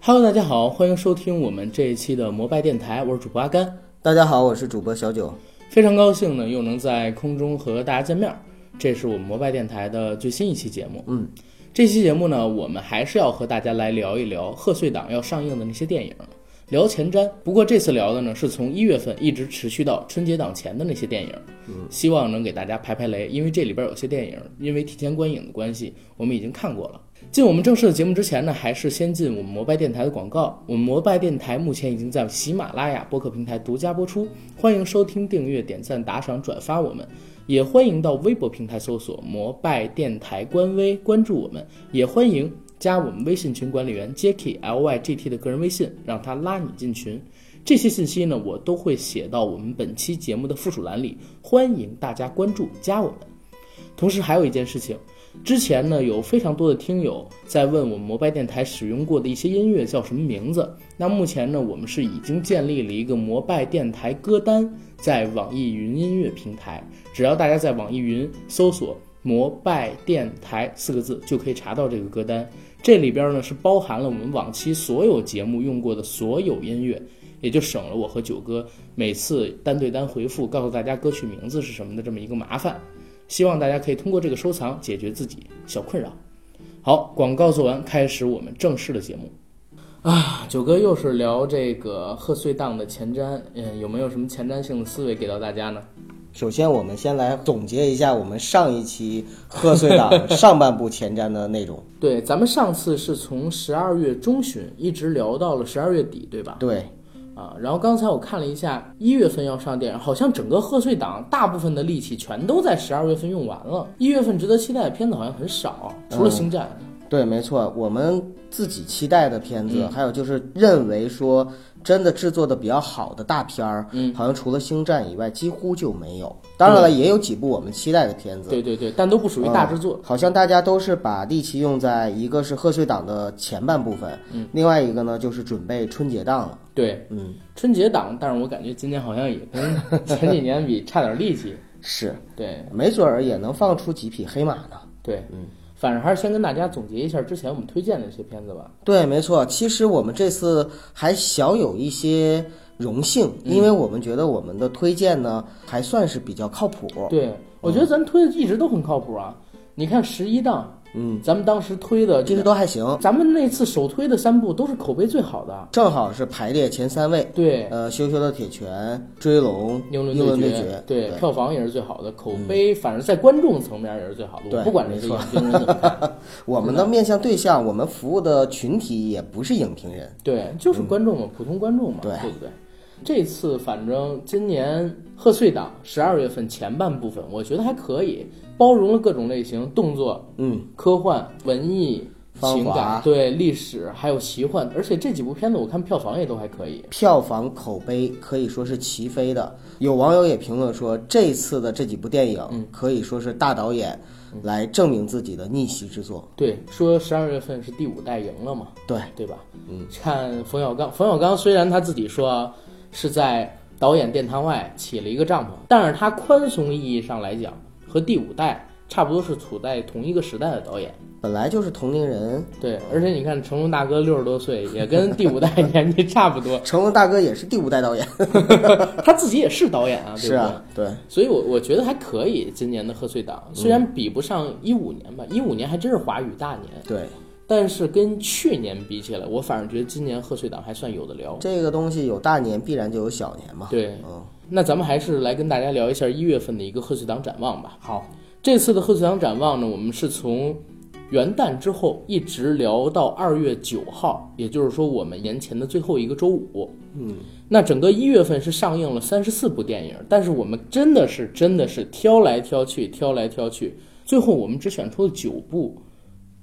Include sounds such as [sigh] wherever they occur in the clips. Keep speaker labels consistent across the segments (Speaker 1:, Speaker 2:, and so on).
Speaker 1: Hello，大家好，欢迎收听我们这一期的摩拜电台，我是主播阿甘，
Speaker 2: 大家好，我是主播小九。
Speaker 1: 非常高兴呢又能在空中和大家见面儿，这是我们摩拜电台的最新一期节目。
Speaker 2: 嗯，
Speaker 1: 这期节目呢，我们还是要和大家来聊一聊贺岁档要上映的那些电影，聊前瞻。不过这次聊的呢，是从一月份一直持续到春节档前的那些电影，希望能给大家排排雷，因为这里边有些电影因为提前观影的关系，我们已经看过了。进我们正式的节目之前呢，还是先进我们摩拜电台的广告。我们摩拜电台目前已经在喜马拉雅播客平台独家播出，欢迎收听、订阅、点赞、打赏、转发我们。也欢迎到微博平台搜索“摩拜电台”官微关注我们，也欢迎加我们微信群管理员 Jacky L Y G T 的个人微信，让他拉你进群。这些信息呢，我都会写到我们本期节目的附属栏里，欢迎大家关注加我们。同时还有一件事情，之前呢有非常多的听友在问我们摩拜电台使用过的一些音乐叫什么名字。那目前呢，我们是已经建立了一个摩拜电台歌单，在网易云音乐平台，只要大家在网易云搜索“摩拜电台”四个字，就可以查到这个歌单。这里边呢是包含了我们往期所有节目用过的所有音乐，也就省了我和九哥每次单对单回复告诉大家歌曲名字是什么的这么一个麻烦。希望大家可以通过这个收藏解决自己小困扰。好，广告做完，开始我们正式的节目。啊，九哥又是聊这个贺岁档的前瞻，嗯，有没有什么前瞻性的思维给到大家呢？
Speaker 2: 首先，我们先来总结一下我们上一期贺岁
Speaker 1: [laughs]
Speaker 2: 档上半部前瞻的内容。
Speaker 1: 对，咱们上次是从十二月中旬一直聊到了十二月底，对吧？
Speaker 2: 对，
Speaker 1: 啊，然后刚才我看了一下，一月份要上电影，好像整个贺岁档大部分的力气全都在十二月份用完了，一月份值得期待的片子好像很少，除了《星战》
Speaker 2: 对，没错，我们自己期待的片
Speaker 1: 嗯
Speaker 2: 子，还有就是认为说真的制作的比较好的大片儿，
Speaker 1: 嗯
Speaker 2: 好像除了《星战》以外几乎就没有。当然了，也有几部我们期待的片子，
Speaker 1: 对对对，但都不属于大制作。
Speaker 2: 嗯好像大家都是把力气用在一个是贺岁档的前半部分，嗯，另外一个呢就是准备春节档了，
Speaker 1: 对，
Speaker 2: 嗯，
Speaker 1: 春节档，但是我感觉今年好像也跟前几年 [laughs] 比差点力气。
Speaker 2: 是，
Speaker 1: 对
Speaker 2: 没准儿也能放出几匹黑马呢。
Speaker 1: 对，嗯，反正还是先跟大家总结一下之前我们推荐的一些片子吧。
Speaker 2: 对，没错。其实我们这次还小有一些荣幸，
Speaker 1: 嗯
Speaker 2: 因为我们觉得我们的推荐呢还算是比较靠谱。
Speaker 1: 对，我觉得咱推的一直都很靠谱啊。你看十一档，
Speaker 2: 嗯，
Speaker 1: 咱们当时推的，
Speaker 2: 其实都还行，
Speaker 1: 咱们那次首推的三部都是口碑最好的。
Speaker 2: 正好是排列前三位。
Speaker 1: 对，
Speaker 2: 呃，羞羞的铁拳、追龙、
Speaker 1: 英伦对
Speaker 2: 对决，
Speaker 1: 对，嗯票房也是最好的，口碑反正在观众层面也是最好的。我
Speaker 2: 对
Speaker 1: 不管这些影评人怎么看，
Speaker 2: [laughs] 我们的面向对象，我们服务的群体也不是影评人。
Speaker 1: 对，就是观众嘛，普通观众嘛，
Speaker 2: 嗯对
Speaker 1: 不对？这次反正今年贺岁档十二月份前半部分，我觉得还可以，包容了各种类型，动作、
Speaker 2: 嗯，
Speaker 1: 科幻、文艺、
Speaker 2: 芳
Speaker 1: 情感
Speaker 2: 华，
Speaker 1: 对历史还有奇幻，而且这几部片子我看票房也都还可以。
Speaker 2: 票房口碑可以说是齐飞的。有网友也评论说，这次的这几部电影
Speaker 1: 嗯
Speaker 2: 可以说是大导演来证明自己的逆袭之作。
Speaker 1: 对，说十二月份是第五代赢了嘛，
Speaker 2: 对，
Speaker 1: 对吧？嗯，看冯小刚，冯小刚虽然他自己说是在导演殿堂外起了一个帐篷，但是他宽松意义上来讲，和第五代差不多是处在同一个时代的导演。
Speaker 2: 本来就是同龄人，
Speaker 1: 对，而且你看成龙大哥六十多岁，也跟第五代 [laughs] 年纪差不多，
Speaker 2: 成龙大哥也是第五代导演。
Speaker 1: 他自己也是导演啊，对不
Speaker 2: 是
Speaker 1: 对？
Speaker 2: 啊，对，
Speaker 1: 所以我，我觉得还可以。今年的贺岁档虽
Speaker 2: 嗯
Speaker 1: 然比不上一五年吧，一五年还真是华语大年，
Speaker 2: 对，
Speaker 1: 但是跟去年比起来，我反而觉得今年贺岁档还算有的聊。
Speaker 2: 这个东西有大年必然就有小年嘛。
Speaker 1: 对，
Speaker 2: 嗯，
Speaker 1: 那咱们还是来跟大家聊一下一月份的一个贺岁档展望吧。
Speaker 2: 好，
Speaker 1: 这次的贺岁档展望呢，我们是从元旦之后一直聊到二月九号，也就是说我们年前的最后一个周五。
Speaker 2: 嗯，
Speaker 1: 那整个一月份是上映了三十四部电影，但是我们真的是真的是挑来挑去，挑来挑去，最后我们只选出了九部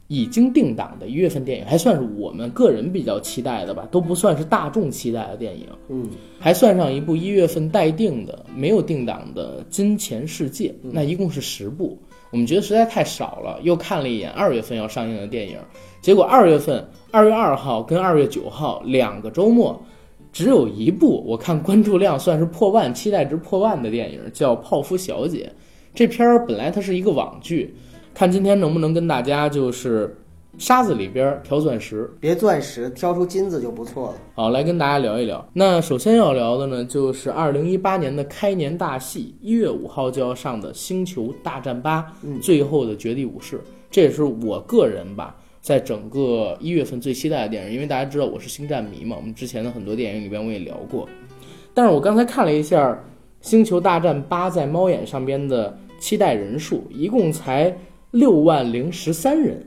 Speaker 1: 已经定档的一月份电影，还算是我们个人比较期待的吧，都不算是大众期待的电影。
Speaker 2: 嗯，
Speaker 1: 还算上一部一月份待定的、没有定档的《金钱世界》，那一共是十部。我们觉得实在太少了，又看了一眼二月份要上映的电影，结果二月份二月二号跟二月九号两个周末，只有一部我看关注量算是破万、期待值破万的电影，叫《泡芙小姐》。这片儿本来它是一个网剧，看今天能不能跟大家就是沙子里边儿挑钻石，
Speaker 2: 别钻石，挑出金子就不错了。
Speaker 1: 好，来跟大家聊一聊。那首先要聊的呢，就是二零一八年的开年大戏，一月五号就要上的《星球大战八》最后的绝地武士，这也是我个人吧，在整个一月份最期待的电影，因为大家知道我是星战迷嘛，我们之前的很多电影里边我也聊过。但是我刚才看了一下《星球大战八》在猫眼上边的期待人数，一共才六万零十三人，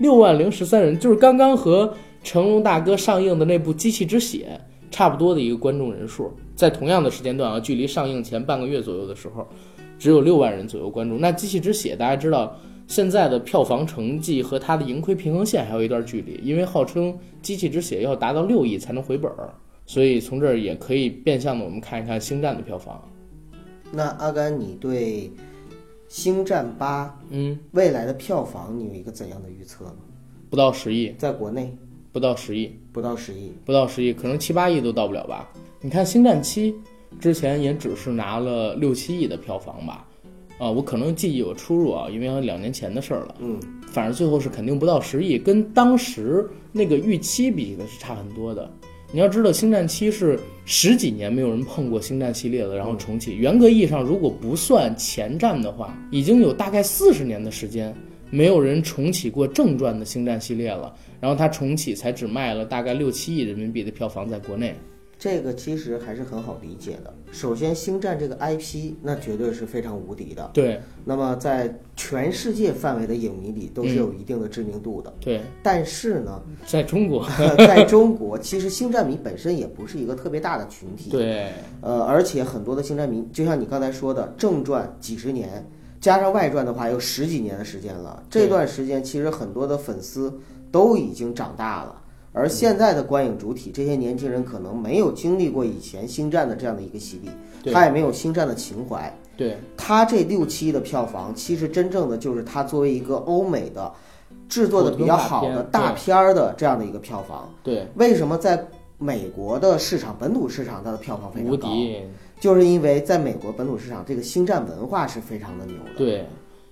Speaker 1: 六万零十三人，就是刚刚和成龙大哥上映的那部《机器之血》差不多的一个观众人数，在同样的时间段啊，距离上映前半个月左右的时候，只有六万人左右观众。那《机器之血》大家知道，现在的票房成绩和它的盈亏平衡线还有一段距离，因为号称《机器之血》要达到六亿才能回本儿，所以从这儿也可以变相的我们看一看《星战》的票房。
Speaker 2: 那阿甘，你对《星战八》
Speaker 1: 嗯，
Speaker 2: 未来的票房你有一个怎样的预测呢？
Speaker 1: 不到十亿，
Speaker 2: 在国内
Speaker 1: 不到十亿。
Speaker 2: 不到十亿，
Speaker 1: 不到十亿，可能七八亿都到不了吧。你看《星战七》之前也只是拿了六七亿的票房吧，啊，我可能记忆有出入啊，因为两年前的事儿了。
Speaker 2: 嗯，
Speaker 1: 反正最后是肯定不到十亿，跟当时那个预期比的是差很多的。你要知道，《星战七》是十几年没有人碰过《星战》系列了，然后重启。严格意义上，如果不算前战的话，已经有大概四十年的时间没有人重启过正传的《星战》系列了。然后它重启才只卖了大概六七亿人民币的票房在国内。
Speaker 2: 这个其实还是很好理解的。首先，《星战》这个 IP 那绝对是非常无敌的，
Speaker 1: 对
Speaker 2: 那么在全世界范围的影迷里都是有一定的知名度的。
Speaker 1: 对，
Speaker 2: 但是呢， [laughs]
Speaker 1: 在中国，
Speaker 2: 在中国，其实星战迷本身也不是一个特别大的群体。
Speaker 1: 对
Speaker 2: 呃，而且很多的星战迷，就像你刚才说的，正传几十年，加上外传的话，有十几年的时间了。这
Speaker 1: 对
Speaker 2: 段时间，其实很多的粉丝都已经长大了，而现在的观影主体，这些年轻人可能没有经历过以前星战的这样的一个洗礼，
Speaker 1: 对
Speaker 2: 他也没有星战的情怀。
Speaker 1: 对
Speaker 2: 它这六期的票房，其实真正的就是它作为一个欧美的制作的比较好的
Speaker 1: 普通
Speaker 2: 大
Speaker 1: 大片
Speaker 2: 片儿的这样的一个票房。
Speaker 1: 对，
Speaker 2: 为什么在美国的市场本土市场它的票房非
Speaker 1: 无
Speaker 2: 常高？
Speaker 1: 敌，
Speaker 2: 就是因为在美国本土市场，这个星战文化是非常的牛的。
Speaker 1: 对，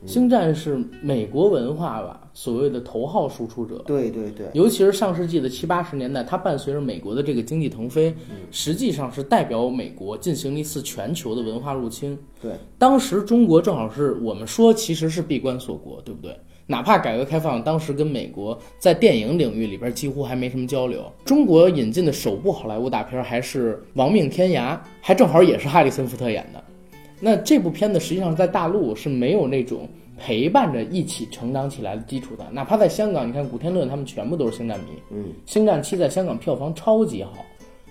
Speaker 2: 嗯
Speaker 1: 星战是美国文化吧，所谓的头号输出者。
Speaker 2: 对对对
Speaker 1: 尤其是上世纪的七八十年代，它伴随着美国的这个经济腾飞，
Speaker 2: 嗯
Speaker 1: 实际上是代表美国进行了一次全球的文化入侵。
Speaker 2: 对
Speaker 1: 当时中国正好是我们说其实是闭关锁国，对不对？哪怕改革开放，当时跟美国在电影领域里边几乎还没什么交流。中国引进的首部好莱坞大片还是《亡命天涯》，还正好也是哈里森·福特演的。那这部片子实际上在大陆是没有那种陪伴着一起成长起来的基础的，哪怕在香港，你看古天乐他们全部都是星战迷，
Speaker 2: 嗯，
Speaker 1: 星战七在香港票房超级好，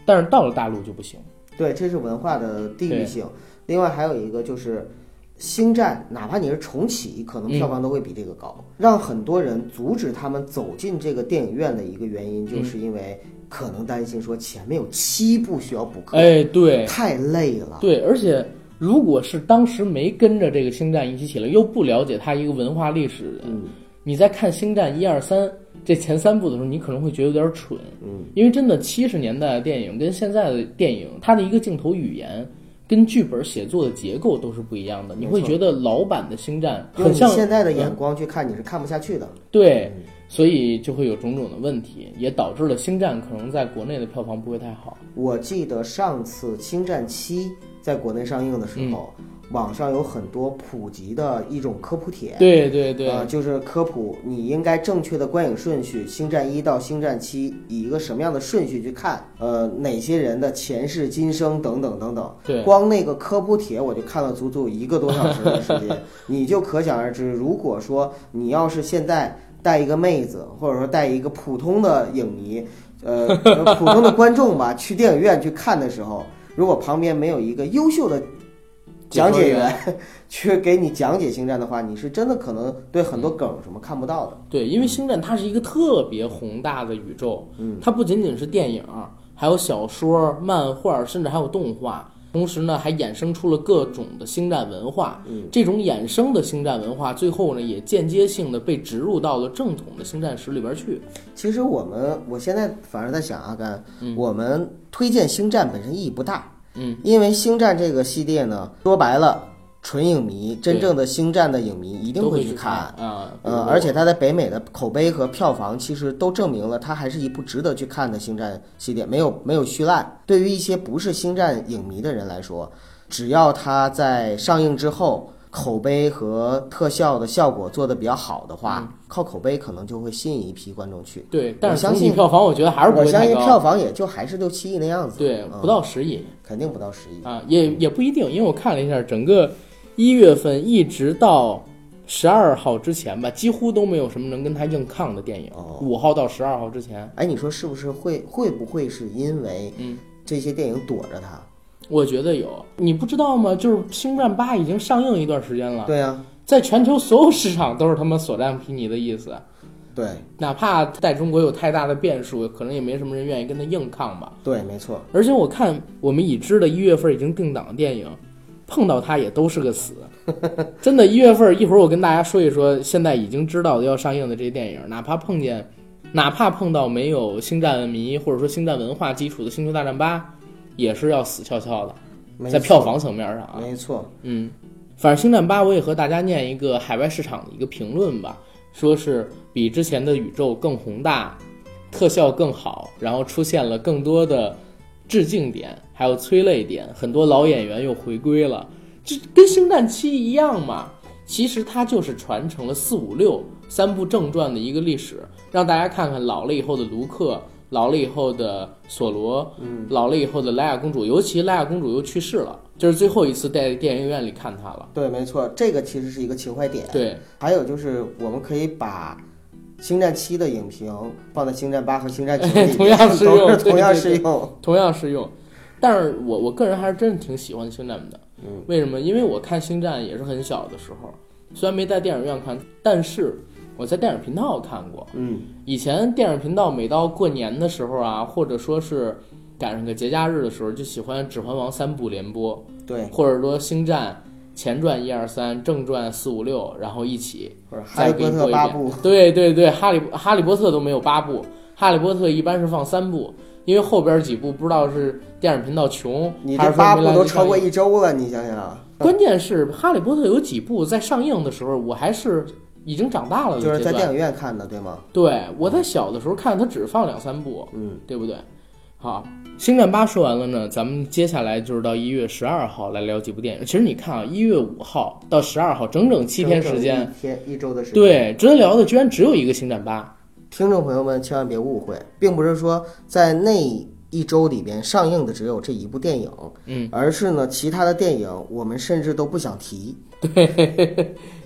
Speaker 1: 但是到了大陆就不行。
Speaker 2: 对，这是文化的地域性。另外还有一个就是。星战，哪怕你是重启，可能票房都会比这个高。让很多人阻止他们走进这个电影院的一个原因，就是因为可能担心说前面有七部需要补课，
Speaker 1: 哎，对，
Speaker 2: 太累了。
Speaker 1: 对，而且如果是当时没跟着这个星战一起起来，又不了解它一个文化历史的人，
Speaker 2: 嗯
Speaker 1: 你在看星战一二三这前三部的时候，你可能会觉得有点蠢，
Speaker 2: 嗯，
Speaker 1: 因为真的七十年代的电影跟现在的电影，它的一个镜头语言。跟剧本写作的结构都是不一样的，你会觉得老版的《星战》
Speaker 2: 用
Speaker 1: 很
Speaker 2: 你
Speaker 1: 像
Speaker 2: 现在的嗯眼光去看，你是看不下去的。
Speaker 1: 对，所以就会有种种的问题，也导致了《星战》可能在国内的票房不会太好。
Speaker 2: 我记得上次《星战七》在国内上映的时候，
Speaker 1: 嗯
Speaker 2: 网上有很多普及的一种科普帖，
Speaker 1: 对对对，
Speaker 2: 呃，就是科普你应该正确的观影顺序，《星战一》到《星战七》以一个什么样的顺序去看，呃，哪些人的前世今生等等等等。
Speaker 1: 对
Speaker 2: 光那个科普帖我就看了足足一个多小时的 [laughs] 时间，你就可想而知，如果说你要是现在带一个妹子，或者说带一个普通的影迷，呃， [laughs] 呃普通的观众吧，去电影院去看的时候，如果旁边没有一个优秀的讲
Speaker 1: 解
Speaker 2: 解员 [laughs] 去给你讲解星战的话，你是真的可能对很多梗什么看不到的。
Speaker 1: 对，因为星战它是一个特别宏大的宇宙，
Speaker 2: 嗯
Speaker 1: 它不仅仅是电影，还有小说、漫画，甚至还有动画。同时呢，还衍生出了各种的星战文化。
Speaker 2: 嗯
Speaker 1: 这种衍生的星战文化，最后呢，也间接性的被植入到了正统的星战史里边去。
Speaker 2: 其实我们我现在反而在想啊，甘，我们推荐《星战》本身意义不大，
Speaker 1: 嗯，
Speaker 2: 因为《星战》这个系列呢，说白了，纯影迷真正的《星战》的影迷一定
Speaker 1: 都
Speaker 2: 会
Speaker 1: 去
Speaker 2: 看，
Speaker 1: 啊，
Speaker 2: 呃，而且它在北美的口碑和票房，其实都证明了它还是一部值得去看的星战系列，没有没有虚烂。对于一些不是星战影迷的人来说，只要它在上映之后，口碑和特效的效果做得比较好的
Speaker 1: 嗯
Speaker 2: 话，靠口碑可能就会吸引一批观众去。
Speaker 1: 对，但
Speaker 2: 我
Speaker 1: 是
Speaker 2: 相
Speaker 1: 总体
Speaker 2: 信
Speaker 1: 票房我觉得还是不
Speaker 2: 我
Speaker 1: 会
Speaker 2: 相
Speaker 1: 太
Speaker 2: 信
Speaker 1: 高
Speaker 2: 票房也就还是六七亿那样子，
Speaker 1: 对，
Speaker 2: 嗯
Speaker 1: 不到十亿。
Speaker 2: 肯定不到十亿。
Speaker 1: 啊，也也不一定，因为我看了一下，整个一月份一直到十二号之前吧，几乎都没有什么能跟他硬抗的电影
Speaker 2: 哦。
Speaker 1: 五、号到十二号之前，
Speaker 2: 哎，你说是不是会会不会是因为
Speaker 1: 嗯
Speaker 2: 这些电影躲着它？
Speaker 1: 我觉得有，你不知道吗？就是《星战八》已经上映一段时间了，
Speaker 2: 对啊呀、
Speaker 1: 在全球所有市场都是他妈所占披靡的意思，
Speaker 2: 对
Speaker 1: 哪怕在中国有太大的变数，可能也没什么人愿意跟他硬抗吧。
Speaker 2: 对，没错。
Speaker 1: 而且我看我们已知的一月份已经定档的电影，碰到它也都是个死。 [laughs] 真的，一月份一会儿我跟大家说一说，现在已经知道的要上映的这些电影，哪怕碰见，哪怕碰到没有星战迷或者说星战文化基础的《星球大战八》，也是要死翘翘的，
Speaker 2: 没
Speaker 1: 在
Speaker 2: 错
Speaker 1: 票房层面上啊，
Speaker 2: 没错，
Speaker 1: 嗯，反正《星战八》我也和大家念一个海外市场的一个评论吧，说是比之前的宇宙更宏大，特效更好，然后出现了更多的致敬点，还有催泪点，很多老演员又回归了，这跟《星战七》一样嘛。其实它就是传承了四五六三部正传的一个历史，让大家看看老了以后的卢克，老了以后的索罗，老了以后的莱娅公主，尤其莱娅公主又去世了，这是最后一次在电影院里看她了。
Speaker 2: 对，没错，这个其实是一个情怀点。，
Speaker 1: 对，
Speaker 2: 还有就是我们可以把《星战七》的影评放在《星战八》和《星战九》里
Speaker 1: [laughs]
Speaker 2: 面，
Speaker 1: 同样适用
Speaker 2: 都是
Speaker 1: 对
Speaker 2: 同样
Speaker 1: 对对
Speaker 2: 适用。
Speaker 1: 同样适用。但是我我个人还是真的挺喜欢星战的。
Speaker 2: 嗯，
Speaker 1: 为什么？因为我看星战也是很小的时候，虽然没在电影院看，但是我在电影频道看过。
Speaker 2: 嗯，
Speaker 1: 以前电影频道每到过年的时候啊，或者说是赶上个节假日的时候，就喜欢《指环王》三部连播，
Speaker 2: 对，
Speaker 1: 或者说《星战》前传一二三，正传四五六，然后一起
Speaker 2: 或者《哈
Speaker 1: 再
Speaker 2: 利
Speaker 1: 给
Speaker 2: 波
Speaker 1: 你
Speaker 2: 特
Speaker 1: 播》一
Speaker 2: 八
Speaker 1: 遍。
Speaker 2: 部，
Speaker 1: 对对对，哈利哈利波特都没有八部，哈利波特一般是放三部，因为后边几部不知道是电影频道穷，
Speaker 2: 你
Speaker 1: 还
Speaker 2: 这
Speaker 1: 是说
Speaker 2: 八
Speaker 1: 没
Speaker 2: 部
Speaker 1: 来
Speaker 2: 都
Speaker 1: 得及
Speaker 2: 超过
Speaker 1: 上映。
Speaker 2: 一周了，你想啊想，
Speaker 1: 关键是哈利波特有几部在上映的时候，我还是已经长大了的
Speaker 2: 就是
Speaker 1: 阶
Speaker 2: 在
Speaker 1: 段
Speaker 2: 电影院看的，对吗？
Speaker 1: 对，我在小的时候看它只放两三部，
Speaker 2: 嗯，
Speaker 1: 对不对？好，星战八说完了呢，咱们接下来就是到一月十二号来聊几部电影。其实你看啊，一月五号到十二号，整整七天时
Speaker 2: 整
Speaker 1: 间，
Speaker 2: 整一天一周的时间。，
Speaker 1: 对，值得聊的居然只有一个星战八。
Speaker 2: 听众朋友们千万别误会，并不是说在那一周里边上映的只有这一部电影，
Speaker 1: 嗯，
Speaker 2: 而是呢其他的电影我们甚至都不想提。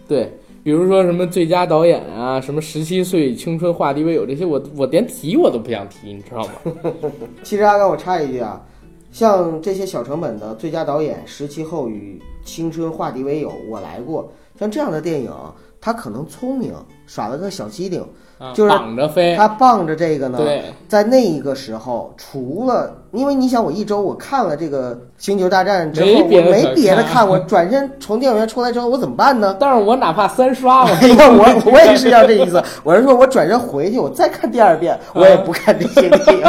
Speaker 1: 对，比如说什么最佳导演啊，什么十七岁青春化敌为友这些，我我连提我都不想提，你知道吗？
Speaker 2: 其实阿甘，我插一句啊，像这些小成本的最佳导演《十七后与青春化敌为友》，我来过。像这样的电影，他可能聪明，耍了个小机灵，
Speaker 1: 啊
Speaker 2: 就是
Speaker 1: 绑着飞，
Speaker 2: 他傍着这个呢，
Speaker 1: 对，
Speaker 2: 在那一个时候，除了因为你想，我一周我看了这个《星球大战》之后，
Speaker 1: 没别的
Speaker 2: 我没
Speaker 1: 可
Speaker 2: 别的
Speaker 1: 看
Speaker 2: 看，我转身从电影院出来之后，我怎么
Speaker 1: [laughs]
Speaker 2: 办呢？
Speaker 1: 但是我哪怕三刷我
Speaker 2: 哎呀，我我也是要这意思。我是说我转身回去，我再看第二遍，
Speaker 1: 嗯
Speaker 2: 我也不看这些电
Speaker 1: [laughs]
Speaker 2: 影。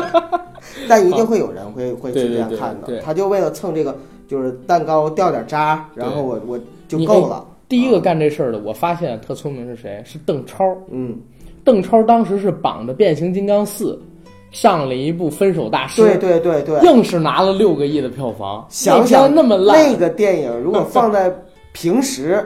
Speaker 2: 但一定会有人会会去这样看
Speaker 1: 对对
Speaker 2: 的
Speaker 1: 对，
Speaker 2: 他就为了蹭这个，就是蛋糕掉点渣，然后我我就
Speaker 1: 你哎
Speaker 2: 够了。
Speaker 1: 第一个干这事儿的，我发现特聪明是谁？是邓超。
Speaker 2: 嗯，
Speaker 1: 邓超当时是绑着《变形金刚四》上了一部《分手大师
Speaker 2: 对》，对对对，
Speaker 1: 硬是拿了六个亿的票房。
Speaker 2: 想
Speaker 1: 那
Speaker 2: 想
Speaker 1: 片那么烂，
Speaker 2: 那个电影如果放在
Speaker 1: [laughs]
Speaker 2: 平时。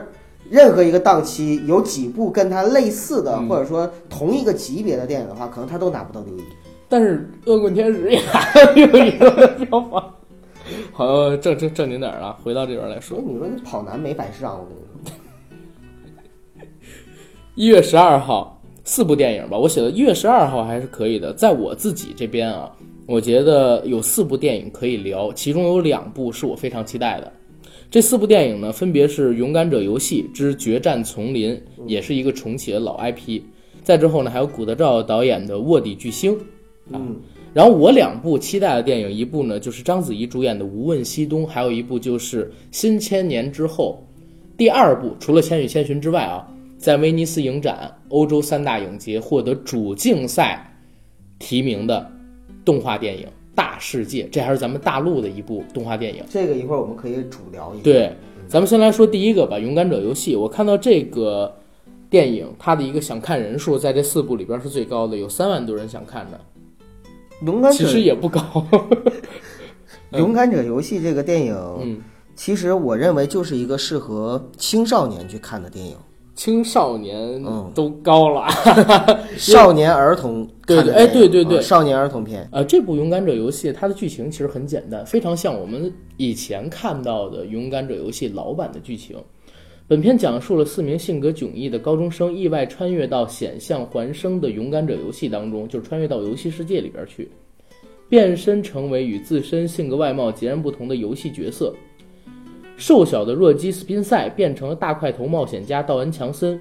Speaker 2: 任何一个档期有几部跟它类似的，
Speaker 1: 嗯
Speaker 2: 或者说同一个级别的电影的话，可能它都拿不到六亿。
Speaker 1: 但是《恶棍天使》也拿了六个亿的票房。好，正正正经点儿啊，回到这边来说
Speaker 2: 所以。你说这跑男没白上，我跟你说。
Speaker 1: 一月十二号四部电影吧，我写的一月十二号还是可以的。在我自己这边啊，我觉得有四部电影可以聊，其中有两部是我非常期待的。这四部电影呢，分别是《勇敢者游戏之决战丛林》，也是一个重启的老 IP。再之后呢，还有古德照导演的《卧底巨星》。啊
Speaker 2: 嗯，
Speaker 1: 然后我两部期待的电影，一部呢就是章子怡主演的《无问西东》，还有一部就是《新千年之后》。第二部除了《千与千寻》之外啊，在威尼斯影展、欧洲三大影节获得主竞赛提名的动画电影《大世界》，这还是咱们大陆的一部动画电影。
Speaker 2: 这个一会儿我们可以主聊一下。
Speaker 1: 对，咱们先来说第一个吧，《勇敢者游戏》。我看到这个电影，它的一个想看人数在这四部里边是最高的，有三万多人想看的，
Speaker 2: 勇敢
Speaker 1: 其
Speaker 2: 者
Speaker 1: 实也不高。 [laughs]
Speaker 2: 勇敢者游戏这个电影，
Speaker 1: 嗯，
Speaker 2: 其实我认为就是一个适合青少年去看的电影，
Speaker 1: 青少年
Speaker 2: 嗯
Speaker 1: 都高了。啊
Speaker 2: 少年儿童
Speaker 1: 对
Speaker 2: 看的
Speaker 1: 对哎
Speaker 2: 电影
Speaker 1: 对对对
Speaker 2: 啊少年儿童片。
Speaker 1: 呃，这部《勇敢者游戏》它的剧情其实很简单，非常像我们以前看到的《勇敢者游戏》老版的剧情。本片讲述了四名性格迥异的高中生意外穿越到险象环生的勇敢者游戏当中，就是穿越到游戏世界里边去，变身成为与自身性格外貌截然不同的游戏角色。瘦小的弱鸡斯宾塞变成了大块头冒险家道恩·强森，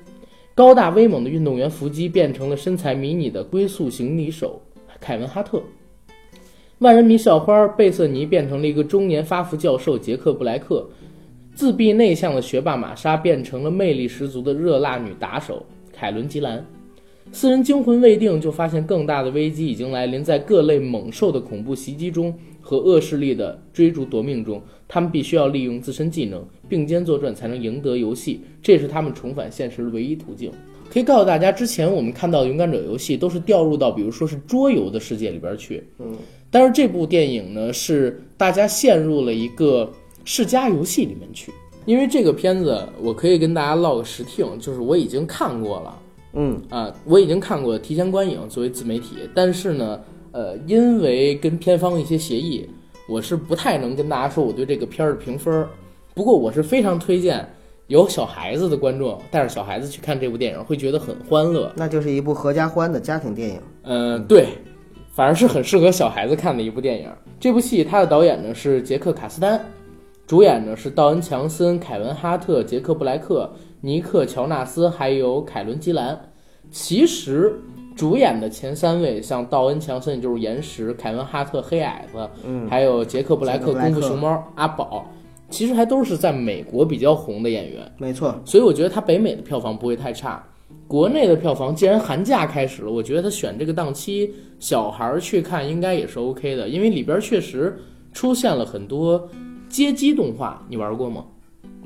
Speaker 1: 高大威猛的运动员伏击变成了身材迷你的龟速行李手凯文·哈特。万人迷校花贝瑟尼变成了一个中年发福教授杰克·布莱克，自闭内向的学霸玛莎变成了魅力十足的热辣女打手凯伦·吉兰。四人惊魂未定，就发现更大的危机已经来临，在各类猛兽的恐怖袭击中和恶势力的追逐夺命中，他们必须要利用自身技能并肩作战，才能赢得游戏，这是他们重返现实的唯一途径。可以告诉大家，之前我们看到的《勇敢者》游戏都是掉入到比如说是桌游的世界里边去，但是这部电影呢，是大家陷入了一个世家游戏里面去。因为这个片子，我可以跟大家唠个实听，就是我已经看过了
Speaker 2: 嗯，
Speaker 1: 啊，我已经看过提前观影作为自媒体，但是呢，呃，因为跟片方一些协议，我是不太能跟大家说我对这个片儿的评分儿。不过我是非常推荐有小孩子的观众带着小孩子去看这部电影，会觉得很欢乐。
Speaker 2: 那就是一部合家欢的家庭电影。
Speaker 1: 呃，对，反而是很适合小孩子看的一部电影。这部戏它的导演呢是杰克·卡斯丹，主演呢是道恩·强森、凯文·哈特、杰克·布莱克、尼克·乔纳斯，还有凯伦·基兰。其实主演的前三位，像道恩·强森也就是岩石，凯文·哈特黑矮子，
Speaker 2: 嗯，
Speaker 1: 还有杰克·布莱克
Speaker 2: 杰克布莱
Speaker 1: 功
Speaker 2: 克
Speaker 1: 夫熊猫阿宝，其实还都是在美国比较红的演员。
Speaker 2: 没错，
Speaker 1: 所以我觉得它北美的票房不会太差。国内的票房既然寒假开始了，我觉得它选这个档期，小孩儿去看应该也是 OK 的，因为里边确实出现了很多街机动画，你玩过吗？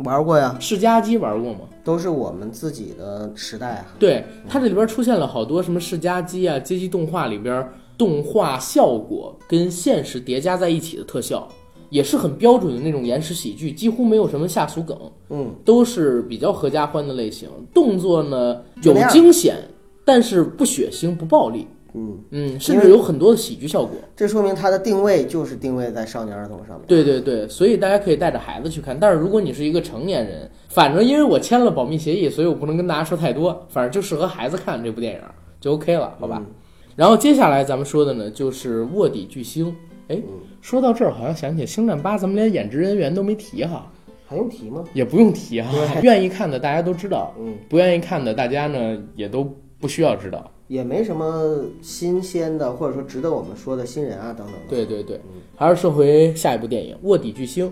Speaker 2: 玩过呀，
Speaker 1: 世嘉机玩过吗？
Speaker 2: 都是我们自己的时代啊。
Speaker 1: 对，它这里边出现了好多什么世嘉机啊、街机动画里边动画效果跟现实叠加在一起的特效，也是很标准的那种延时喜剧，几乎没有什么下俗梗，
Speaker 2: 嗯，
Speaker 1: 都是比较合家欢的类型。动作呢有
Speaker 2: 有点儿
Speaker 1: 惊险，但是不血腥、不暴力，
Speaker 2: 嗯，
Speaker 1: 嗯，甚至有很多的喜剧效果。
Speaker 2: 这说明它的定位就是定位在少年儿童上面。
Speaker 1: 对对对，所以大家可以带着孩子去看。但是如果你是一个成年人，反正因为我签了保密协议，所以我不能跟大家说太多，反正就适合孩子看这部电影就 OK 了，好吧？然后接下来咱们说的呢，就是《卧底巨星》。哎，说到这儿，好像想起《星战八》，咱们连演职人员都没提哈，
Speaker 2: 还用提吗？
Speaker 1: 也不用提哈。 [laughs] 愿意看的大家都知道，
Speaker 2: 嗯，
Speaker 1: 不愿意看的大家呢也都不需要知道。
Speaker 2: 也没什么新鲜的，或者说值得我们说的新人啊等等的。
Speaker 1: 对对对，还是说回下一部电影《卧底巨星》。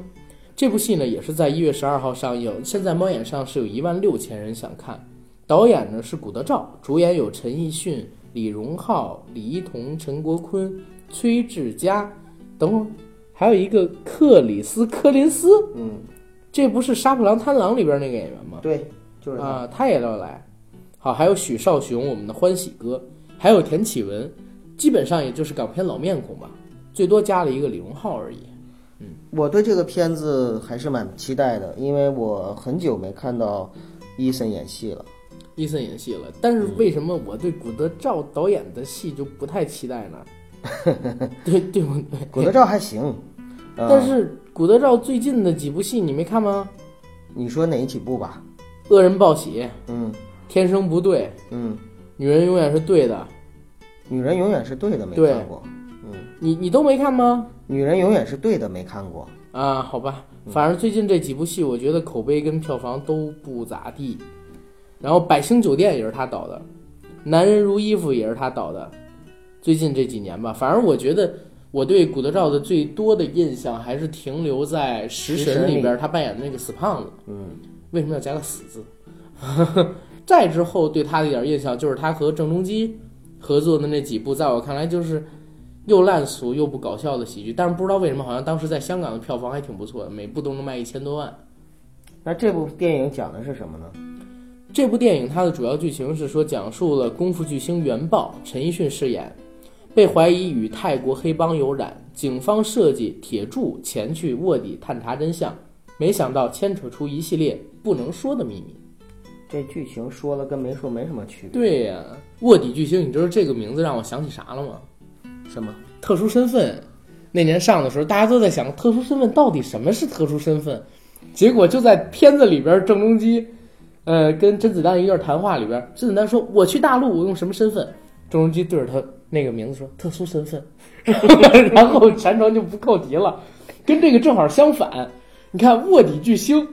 Speaker 1: 这部戏呢，也是在一月十二号上映，现在猫眼上是有一万六千人想看。导演呢是古德照，主演有陈奕迅、李荣浩、李一桐、陈国坤、崔智佳，等会儿还有一个克里斯·柯林斯，
Speaker 2: 嗯，
Speaker 1: 这不是《杀破狼贪狼》里边那个演员吗？
Speaker 2: 对，就是他。
Speaker 1: 啊，他也要来。好，还有许绍雄，我们的欢喜哥，还有田启文，基本上也就是港片老面孔吧，最多加了一个李荣浩而已。
Speaker 2: 我对这个片子还是蛮期待的，因为我很久没看到伊森演戏
Speaker 1: [laughs]
Speaker 2: 了。
Speaker 1: 伊森演戏了，但是为什么我对古德照导演的戏就不太期待呢？对对不对？
Speaker 2: 古德照还行，呃
Speaker 1: 但是古德照最近的几部戏你没看吗？
Speaker 2: 你说哪几部吧？
Speaker 1: 恶人报喜、
Speaker 2: 嗯
Speaker 1: 天生不对、
Speaker 2: 嗯，
Speaker 1: 女人永远是对的，
Speaker 2: 女人永远是对的没
Speaker 1: 对
Speaker 2: 看过，
Speaker 1: 你你都没看吗？
Speaker 2: 女人永远是对的没看过，
Speaker 1: 啊，好吧，反正最近这几部戏，我觉得口碑跟票房都不咋地。然后《百星酒店》也是他导的，《男人如衣服》也是他导的。最近这几年吧，反正我觉得我对古德照的最多的印象还是停留在《食
Speaker 2: 食
Speaker 1: 神
Speaker 2: 神》
Speaker 1: 里
Speaker 2: 里
Speaker 1: 边他扮演的那个死胖子。
Speaker 2: 嗯，
Speaker 1: 为什么要加个死字？ [laughs] 再之后对他的一点印象就是他和郑中基合作的那几部，在我看来就是又烂俗又不搞笑的喜剧。但是不知道为什么，好像当时在香港的票房还挺不错的，每部都能卖一千多万。
Speaker 2: 那这部电影讲的是什么呢？
Speaker 1: 这部电影它的主要剧情是说，讲述了功夫巨星元爆陈奕迅饰演，被怀疑与泰国黑帮有染，警方设计铁柱前去卧底探查真相，没想到牵扯出一系列不能说的秘密。
Speaker 2: 这剧情说了跟没说没什么区别。
Speaker 1: 对呀、卧底巨星，你知道这个名字让我想起啥了吗？
Speaker 2: 什么？
Speaker 1: 特殊身份。那年上的时候，大家都在想特殊身份到底什么是特殊身份，结果就在片子里边，郑中基，呃，跟甄子丹一段谈话里边，甄子丹说：“我去大陆，我用什么身份？”郑中基对着他那个名字说：“特殊身份。” [laughs] 然后全程就不扣题了，跟这个正好相反。你看卧底巨星，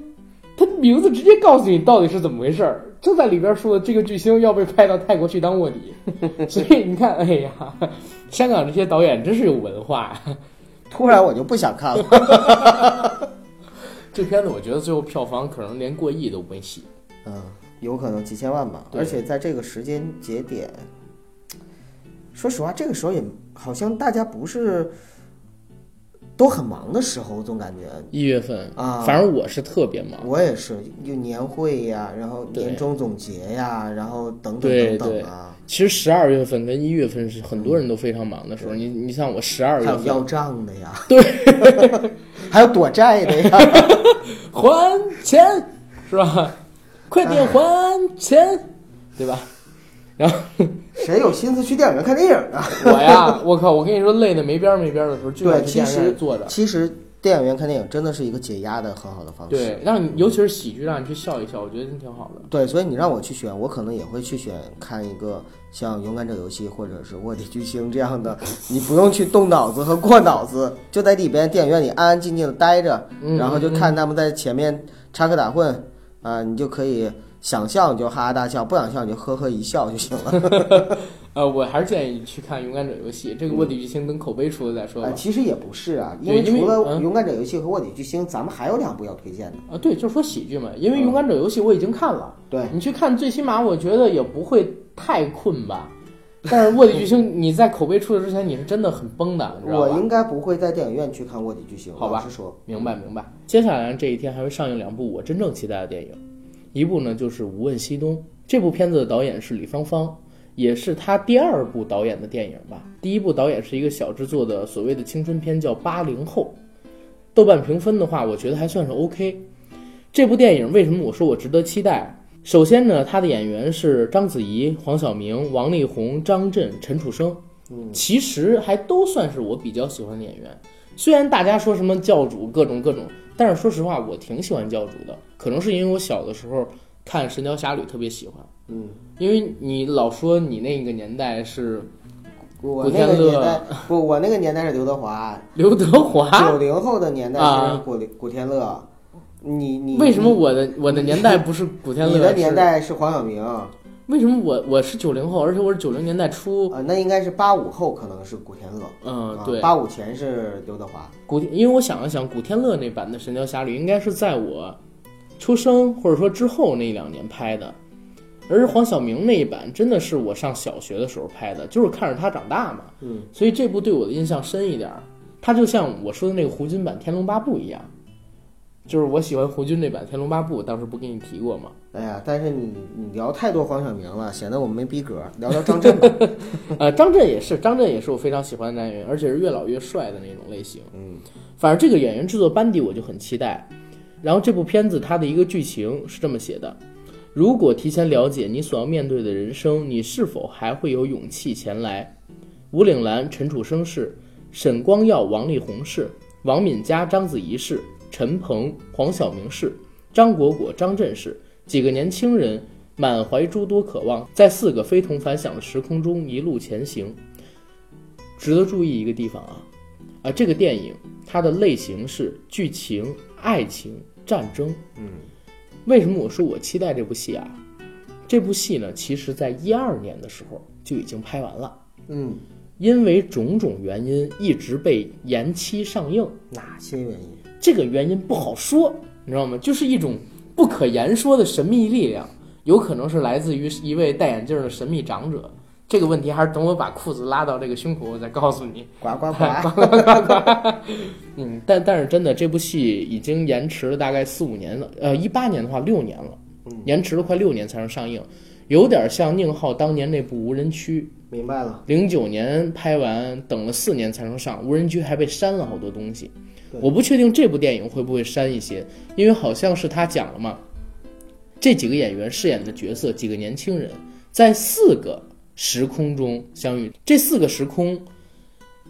Speaker 1: 他名字直接告诉你到底是怎么回事儿，就在里边说这个巨星要被派到泰国去当卧 [laughs] 底，所以你看，哎呀，香港这些导演真是有文化呀！
Speaker 2: 突然我就不想
Speaker 1: [laughs]
Speaker 2: 看了。
Speaker 1: 这片子我觉得最后票房可能连过亿都没戏。
Speaker 2: 嗯，有可能几千万吧。
Speaker 1: 对
Speaker 2: 而且在这个时间节点，说实话，这个时候也好像大家不是都很忙的时候，总感觉
Speaker 1: 一月份
Speaker 2: 啊
Speaker 1: 反正我是特别忙。
Speaker 2: 我也是，有年会呀，然后
Speaker 1: 对
Speaker 2: 年终总结呀，然后等等
Speaker 1: 对
Speaker 2: 等等啊，
Speaker 1: 其实十二月份跟一月份是很多人都非常忙的时候。你你像我十二月
Speaker 2: 还有
Speaker 1: 份
Speaker 2: 要账的呀，对， [laughs] 还有躲债的呀， [laughs]
Speaker 1: 还钱是吧？快点还钱，对吧？然后
Speaker 2: 谁有心思去电影院看电影啊？
Speaker 1: 我呀，我靠，我跟你说累的没边儿没边儿的时候，就
Speaker 2: 对，
Speaker 1: 想啊去
Speaker 2: 其
Speaker 1: 电影
Speaker 2: 实
Speaker 1: 院坐着。
Speaker 2: 其实电影院看电影真的是一个解压的很好的方式。
Speaker 1: 对，让你尤其是喜剧，让你去笑一笑，我觉得真挺好的。
Speaker 2: 对，所以你让我去选，我可能也会去选看一个像《勇敢者游戏》或者是《卧底巨星》这样的，你不用去动脑子和过脑子，就在里边电影院里安安静静的待着，
Speaker 1: 嗯
Speaker 2: 然后就看他们在前面插科打诨，啊、你就可以想笑你就哈哈大笑，不想笑你就呵呵一笑就行了。
Speaker 1: 呃，我还是建议你去看《勇敢者游戏》，这个卧底
Speaker 2: 嗯
Speaker 1: 巨星等口碑出了再说吧
Speaker 2: 啊，。其实也不是啊，因
Speaker 1: 对
Speaker 2: 为
Speaker 1: 因为
Speaker 2: 除了《
Speaker 1: 嗯
Speaker 2: 勇敢者游戏》和《卧底巨星》，咱们还有两部要推荐的。
Speaker 1: 啊，对，就是说喜剧嘛，因为《勇敢者游戏》我已经看了，
Speaker 2: 嗯
Speaker 1: [laughs]
Speaker 2: 对，
Speaker 1: 你去看，最起码我觉得也不会太困吧。但是《卧底巨星》，你在口碑出来之前，你是真的很崩的，你知道
Speaker 2: 我
Speaker 1: 吧？
Speaker 2: 应该不会在电影院去看《卧底巨星》，
Speaker 1: 好吧
Speaker 2: 老实说，
Speaker 1: 明白明白。接下来这一天还会上映两部我真正期待的电影，一部呢就是《无问西东》，这部片子的导演是李芳芳，也是她第二部导演的电影吧。第一部导演是一个小制作的所谓的青春片，叫《八零后》。豆瓣评分的话，我觉得还算是 OK。这部电影为什么我说我值得期待？首先呢，他的演员是章子怡、黄晓明、王力宏、张震、陈楚生，其实还都算是我比较喜欢的演员。虽然大家说什么教主各种各种，但是说实话，我挺喜欢教主的。可能是因为我小的时候看《神雕侠侣》特别喜欢，
Speaker 2: 嗯。
Speaker 1: 因为你老说你那个年代是
Speaker 2: 我
Speaker 1: 古
Speaker 2: 那
Speaker 1: 天
Speaker 2: 个
Speaker 1: 乐
Speaker 2: 年代不，我那个年代是刘德华，
Speaker 1: 刘德
Speaker 2: [laughs]
Speaker 1: 华，
Speaker 2: 九零后的年代是
Speaker 1: 啊
Speaker 2: 古古天乐，你你
Speaker 1: [laughs] 为什么我的我的年代不是古天乐？
Speaker 2: 你的
Speaker 1: 是
Speaker 2: 年代是黄晓明啊、
Speaker 1: 为什么我我是九零后，而且我是九零年代初？
Speaker 2: 呃那应该是八五后可能是古天乐，
Speaker 1: 嗯、
Speaker 2: 啊
Speaker 1: 对，
Speaker 2: 八五前是刘德华，
Speaker 1: 古天，因为我想了想，古天乐那版的《神雕侠侣》应该是在我出生或者说之后那一两年拍的，而黄晓明那一版真的是我上小学的时候拍的，就是看着他长大嘛，
Speaker 2: 嗯，
Speaker 1: 所以这部对我的印象深一点儿。他就像我说的那个胡军版《天龙八部》一样，就是我喜欢胡军那版《天龙八部》，当时不跟你提过吗？
Speaker 2: 哎呀，但是你你聊太多黄晓明了，显得我们没逼格，聊聊张
Speaker 1: [laughs]
Speaker 2: 震吧，
Speaker 1: 呃，张震也是，张震也是我非常喜欢的男演员，而且是越老越帅的那种类型。
Speaker 2: 嗯，
Speaker 1: 反正这个演员制作班底我就很期待。然后这部片子它的一个剧情是这么写的：如果提前了解你所要面对的人生，你是否还会有勇气前来？吴岭澜、陈楚生是，沈光耀、王力宏是，王敏佳、章子怡是，陈鹏、黄晓明是，张果果、张震是，几个年轻人满怀诸多渴望，在四个非同凡响的时空中一路前行。值得注意一个地方啊，呃，这个电影它的类型是剧情、爱情、战争。
Speaker 2: 嗯，
Speaker 1: 为什么我说我期待这部戏啊？这部戏呢，其实在一二年的时候就已经拍完了，
Speaker 2: 嗯，
Speaker 1: 因为种种原因一直被延期上映。
Speaker 2: 哪些原因？
Speaker 1: 这个原因不好说，你知道吗？就是一种不可言说的神秘力量，有可能是来自于一位戴眼镜的神秘长者。这个问题还是等我把裤子拉到这个胸口，我再告诉你。
Speaker 2: 呱呱呱！
Speaker 1: 嗯，但但是真的，这部戏已经延迟了大概四五年了，呃，一八年的话六年了，延迟了快六年才能上映，有点像宁浩当年那部《无人区》，
Speaker 2: 明白了，
Speaker 1: 零九年拍完，等了四年才能上，《无人区》还被删了好多东西
Speaker 2: 对。
Speaker 1: 我不确定这部电影会不会删一些，因为好像是他讲了嘛，这几个演员饰演的角色，几个年轻人在四个时空中相遇。这四个时空，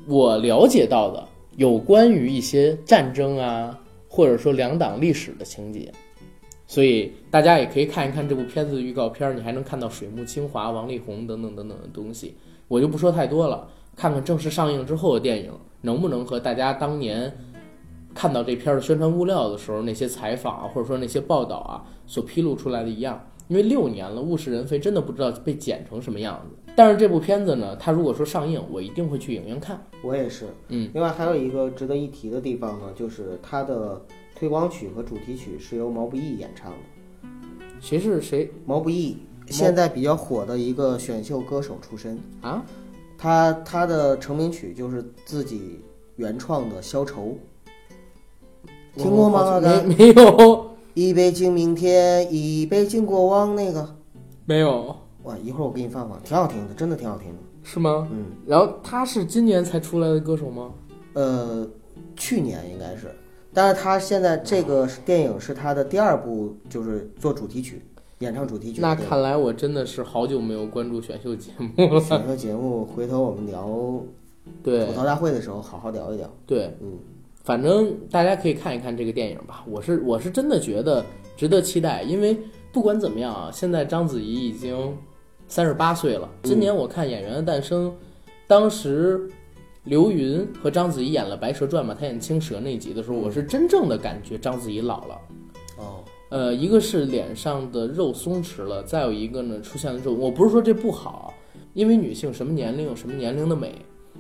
Speaker 1: 我了解到的有关于一些战争啊，或者说两党历史的情节，所以大家也可以看一看这部片子的预告片儿，你还能看到水木清华、王力宏等等等等的东西。我就不说太多了，看看正式上映之后的电影能不能和大家当年看到这片儿的宣传物料的时候那些采访啊，或者说那些报道啊所披露出来的一样。因为六年了，物是人非，真的不知道被剪成什么样子。但是这部片子呢，它如果说上映，我一定会去影院看。
Speaker 2: 我也是。
Speaker 1: 嗯，
Speaker 2: 另外还有一个值得一提的地方呢，就是它的推广曲和主题曲是由毛不易演唱的。
Speaker 1: 谁是谁
Speaker 2: 毛不易现在比较火的一个选秀歌手出身，
Speaker 1: 啊？
Speaker 2: 他他的成名曲就是自己原创的《消愁》，听过吗？
Speaker 1: 我
Speaker 2: 阿
Speaker 1: 好
Speaker 2: 甘
Speaker 1: 像没没有
Speaker 2: 一杯敬明天，一杯敬过往。那个，
Speaker 1: 没有
Speaker 2: 哇，一会儿我给你放放，挺好听的，真的挺好听的。
Speaker 1: 是吗？
Speaker 2: 嗯，
Speaker 1: 然后他是今年才出来的歌手吗？
Speaker 2: 呃，去年应该是，但是他现在这个是电影是他的第二部，就是做主题曲，演唱主题曲。
Speaker 1: 那
Speaker 2: 对
Speaker 1: 看来 [laughs] 我真的是好久没有关注选秀节目了。
Speaker 2: 选秀节目，回头我们聊
Speaker 1: 对
Speaker 2: 吐槽大会的时候好好聊一聊。
Speaker 1: 对，
Speaker 2: 嗯，
Speaker 1: 反正大家可以看一看这个电影吧。我是我是真的觉得值得期待，因为不管怎么样啊，现在章子怡已经三十八岁了。今年我看《演员的诞生》，当时刘云和章子怡演了《白蛇传》嘛，她演青蛇那集的时候，我是真正的感觉章子怡老了。
Speaker 2: 哦，
Speaker 1: 呃，一个是脸上的肉松弛了，再有一个呢出现了皱纹。我不是说这不好，因为女性什么年龄有什么年龄的美，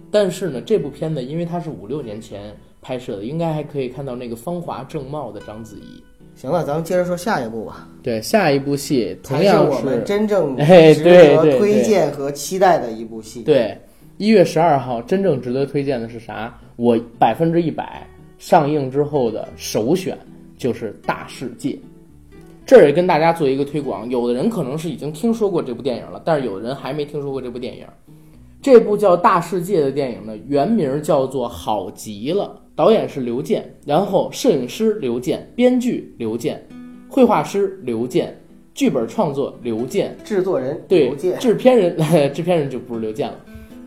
Speaker 1: 但是呢，这部片子因为它是五六年前拍摄的，应该还可以看到那个芳华正茂的章子怡。
Speaker 2: 行了，咱们接着说下一部吧，
Speaker 1: 对，下一部戏同
Speaker 2: 才是
Speaker 1: 样
Speaker 2: 我们真正
Speaker 1: [laughs] 哎
Speaker 2: 值
Speaker 1: 对对
Speaker 2: 得
Speaker 1: 对
Speaker 2: 推荐和期待的一部戏。
Speaker 1: 对，一月十二号真正值得推荐的是啥？我百分之一百上映之后的首选就是《大世界》。这儿也跟大家做一个推广，有的人可能是已经听说过这部电影了，但是有的人还没听说过这部电影。这部叫《大世界》的电影呢，原名叫做《好极了》，导演是刘健，然后摄影师刘健，编剧刘健，绘画师刘健，剧本创作刘健，
Speaker 2: 制作人
Speaker 1: 对，
Speaker 2: 刘健，
Speaker 1: 制片人， [laughs] 制片人就不是刘健了。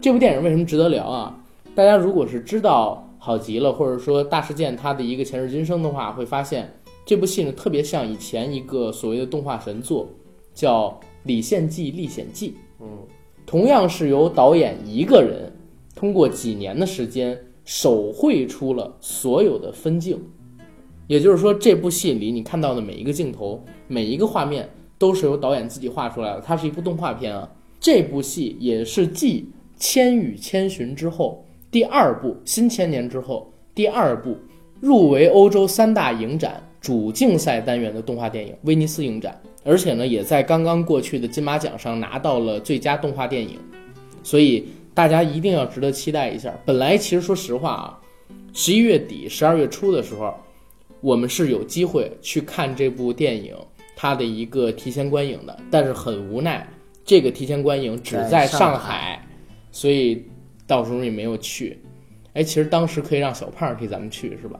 Speaker 1: 这部电影为什么值得聊啊？大家如果是知道《好极了》或者说《大事件》它的一个前世今生的话，会发现这部戏呢特别像以前一个所谓的动画神作，叫《李献计历险记》。
Speaker 2: 嗯，
Speaker 1: 同样是由导演一个人通过几年的时间手绘出了所有的分镜，也就是说，这部戏里你看到的每一个镜头、每一个画面都是由导演自己画出来的。它是一部动画片啊。这部戏也是继《千与千寻》之后第二部《新千年》之后第二部入围欧洲三大影展主竞赛单元的动画电影——威尼斯影展，而且呢，也在刚刚过去的金马奖上拿到了最佳动画电影，所以大家一定要值得期待一下。本来其实说实话啊，十一月底、十二月初的时候，我们是有机会去看这部电影它的一个提前观影的，但是很无奈，这个提前观影只在
Speaker 2: 在上
Speaker 1: 上海，所以到时候也没有去。哎，其实当时可以让小胖替咱们去，是吧？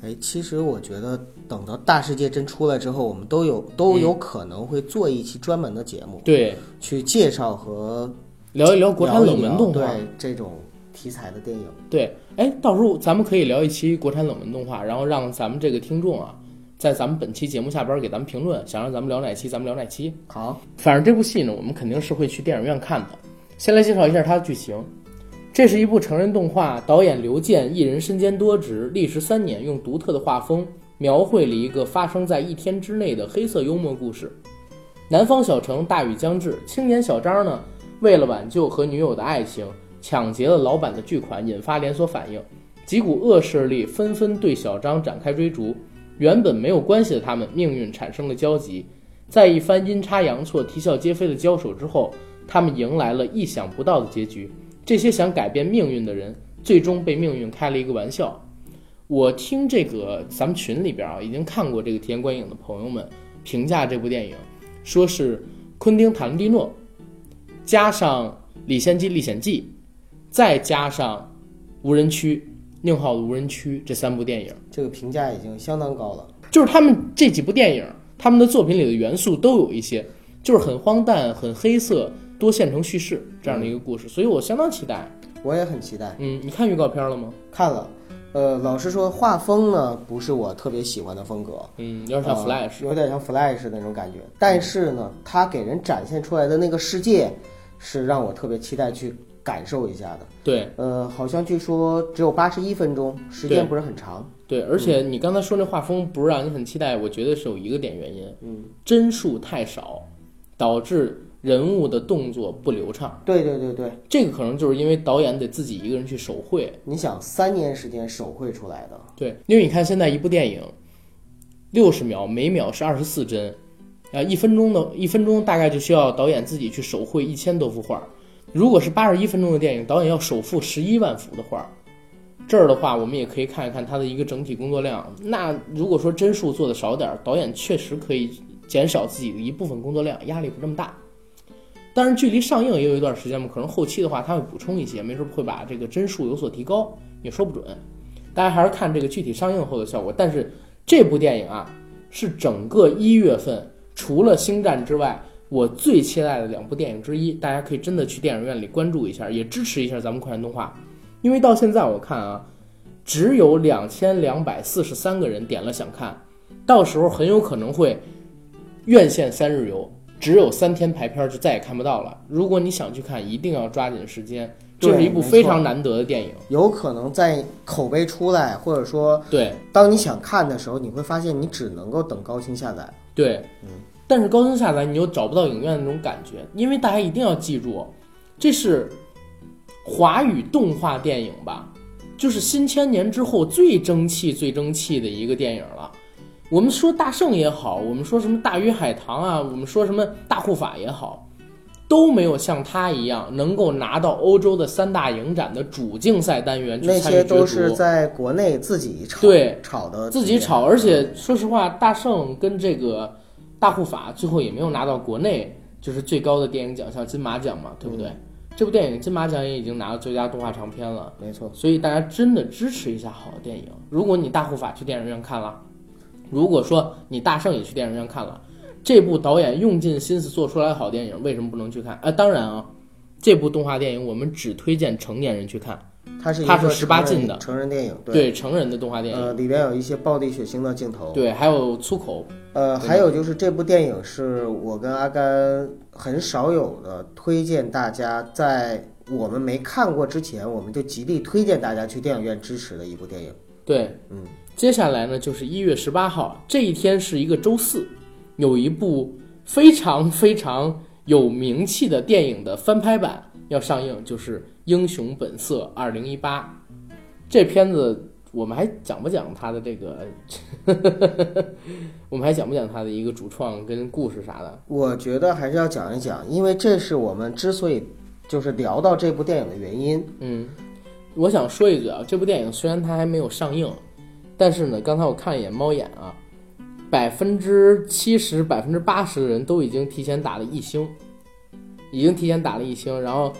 Speaker 2: 哎，其实我觉得等到大世界真出来之后，我们都有
Speaker 1: 嗯
Speaker 2: 都有可能会做一期专门的节目，
Speaker 1: 对，
Speaker 2: 去介绍和
Speaker 1: 聊一聊国产
Speaker 2: 聊一
Speaker 1: 冷门
Speaker 2: 聊
Speaker 1: 动画。
Speaker 2: 对这种题材的电影。
Speaker 1: 对，哎，到时候咱们可以聊一期国产冷门动画，然后让咱们这个听众啊，在咱们本期节目下边给咱们评论，想让咱们聊哪期，咱们聊哪期。
Speaker 2: 好，
Speaker 1: 反正这部戏呢，我们肯定是会去电影院看的。先来介绍一下它的剧情。这是一部成人动画，导演刘健一人身兼多职，历时三年，用独特的画风描绘了一个发生在一天之内的黑色幽默故事。南方小城大雨将至，青年小张呢，为了挽救和女友的爱情，抢劫了老板的巨款，引发连锁反应。几股恶势力纷纷对小张展开追逐，原本没有关系的他们，命运产生了交集。在一番阴差阳错、啼笑皆非的交手之后，他们迎来了意想不到的结局。这些想改变命运的人，最终被命运开了一个玩笑。我听这个咱们群里边啊，已经看过这个体验观影的朋友们评价这部电影，说是昆汀·塔伦蒂诺加上《李先基历险记》，再加上《无人区》宁浩的《无人区》这三部电影，
Speaker 2: 这个评价已经相当高了。
Speaker 1: 就是他们这几部电影，他们的作品里的元素都有一些，就是很荒诞、很黑色、多线程叙事这样的一个故事，所以我相当期待。
Speaker 2: 我也很期待
Speaker 1: 嗯，你看预告片了吗？
Speaker 2: 看了。呃，老实说，画风呢不是我特别喜欢的风格，
Speaker 1: 嗯，有点像
Speaker 2: 呃
Speaker 1: Flash，、
Speaker 2: 有点像 Flash 那种感觉。但是呢，它给人展现出来的那个世界，是让我特别期待去感受一下的。
Speaker 1: 对
Speaker 2: 呃，好像据说只有八十一分钟，时间
Speaker 1: 对
Speaker 2: 不是很长。
Speaker 1: 对，而且你刚才说那画风不是让你很期待，我觉得是有一个点原因，嗯，帧数太少，导致人物的动作不流畅，
Speaker 2: 对对对对，
Speaker 1: 这个可能就是因为导演得自己一个人去手绘，
Speaker 2: 你想三年时间手绘出来的，
Speaker 1: 对，因为你看现在一部电影，六十秒，每秒是二十四帧，啊，一分钟的一分钟大概就需要导演自己去手绘一千多幅画。如果是八十一分钟的电影，导演要手绘十一万幅的画。这儿的话，我们也可以看一看它的一个整体工作量。那如果说帧数做的少点儿，导演确实可以减少自己的一部分工作量，压力不这么大。当然，距离上映也有一段时间嘛，可能后期的话他会补充一些，没准会把这个帧数有所提高，也说不准。大家还是看这个具体上映后的效果。但是这部电影啊，是整个一月份除了《星战》之外，我最期待的两部电影之一。大家可以真的去电影院里关注一下，也支持一下咱们快人动画，因为到现在我看啊，只有两千两百四十三个人点了想看，到时候很有可能会院线三日游。只有三天排片儿就再也看不到了。如果你想去看，一定要抓紧时间。这是
Speaker 2: 对
Speaker 1: 一部
Speaker 2: 没错
Speaker 1: 非常难得的电影。
Speaker 2: 有可能在口碑出来，或者说
Speaker 1: 对，
Speaker 2: 当你想看的时候，你会发现你只能够等高清下载。
Speaker 1: 对，
Speaker 2: 嗯
Speaker 1: 但是高清下载你又找不到影院那种感觉，因为大家一定要记住，这是华语动画电影吧，就是新千年之后最争气、最争气的一个电影了。我们说大圣也好，我们说什么大鱼海棠啊，我们说什么大护法也好，都没有像他一样能够拿到欧洲的三大影展的主竞赛单元去
Speaker 2: 那
Speaker 1: 参与
Speaker 2: 些
Speaker 1: 角逐。
Speaker 2: 都是在国内自己炒
Speaker 1: 对
Speaker 2: 炒的，
Speaker 1: 自己炒，而且说实话，大圣跟这个大护法最后也没有拿到国内就是最高的电影奖项金马奖嘛，对不对？这部电影金马奖也已经拿到最佳动画长片了，
Speaker 2: 啊没错，
Speaker 1: 所以大家真的支持一下好的电影。如果你大护法去电影院看了，如果说你大圣也去电影院看了，这部导演用尽心思做出来的好电影，为什么不能去看？啊、当然啊，这部动画电影我们只推荐成年人去看，
Speaker 2: 它是一
Speaker 1: 它
Speaker 2: 个
Speaker 1: 是18
Speaker 2: 成人
Speaker 1: 禁的
Speaker 2: 成人电影，
Speaker 1: 对，成人的动画电影，
Speaker 2: 呃，里边有一些暴力血腥的镜头，
Speaker 1: 对，还有粗口，
Speaker 2: 呃，
Speaker 1: 对
Speaker 2: 还有就是这部电影是我跟阿甘很少有的推荐大家在我们没看过之前，我们就极力推荐大家去电影院支持的一部电影。
Speaker 1: 对，
Speaker 2: 嗯，
Speaker 1: 接下来呢就是一月十八号，这一天是一个周四，有一部非常非常有名气的电影的翻拍版要上映，就是《英雄本色二零一八》。这片子我们还讲不讲它的这个？ [laughs] 我们还讲不讲它的一个主创跟故事啥的？
Speaker 2: 我觉得还是要讲一讲，因为这是我们之所以就是聊到这部电影的原因。
Speaker 1: 嗯，我想说一句啊，这部电影虽然它还没有上映，但是呢，刚才我看了一眼猫眼啊，百分之七十、百分之八十的人都已经提前打了一星，已经提前打了一星，然后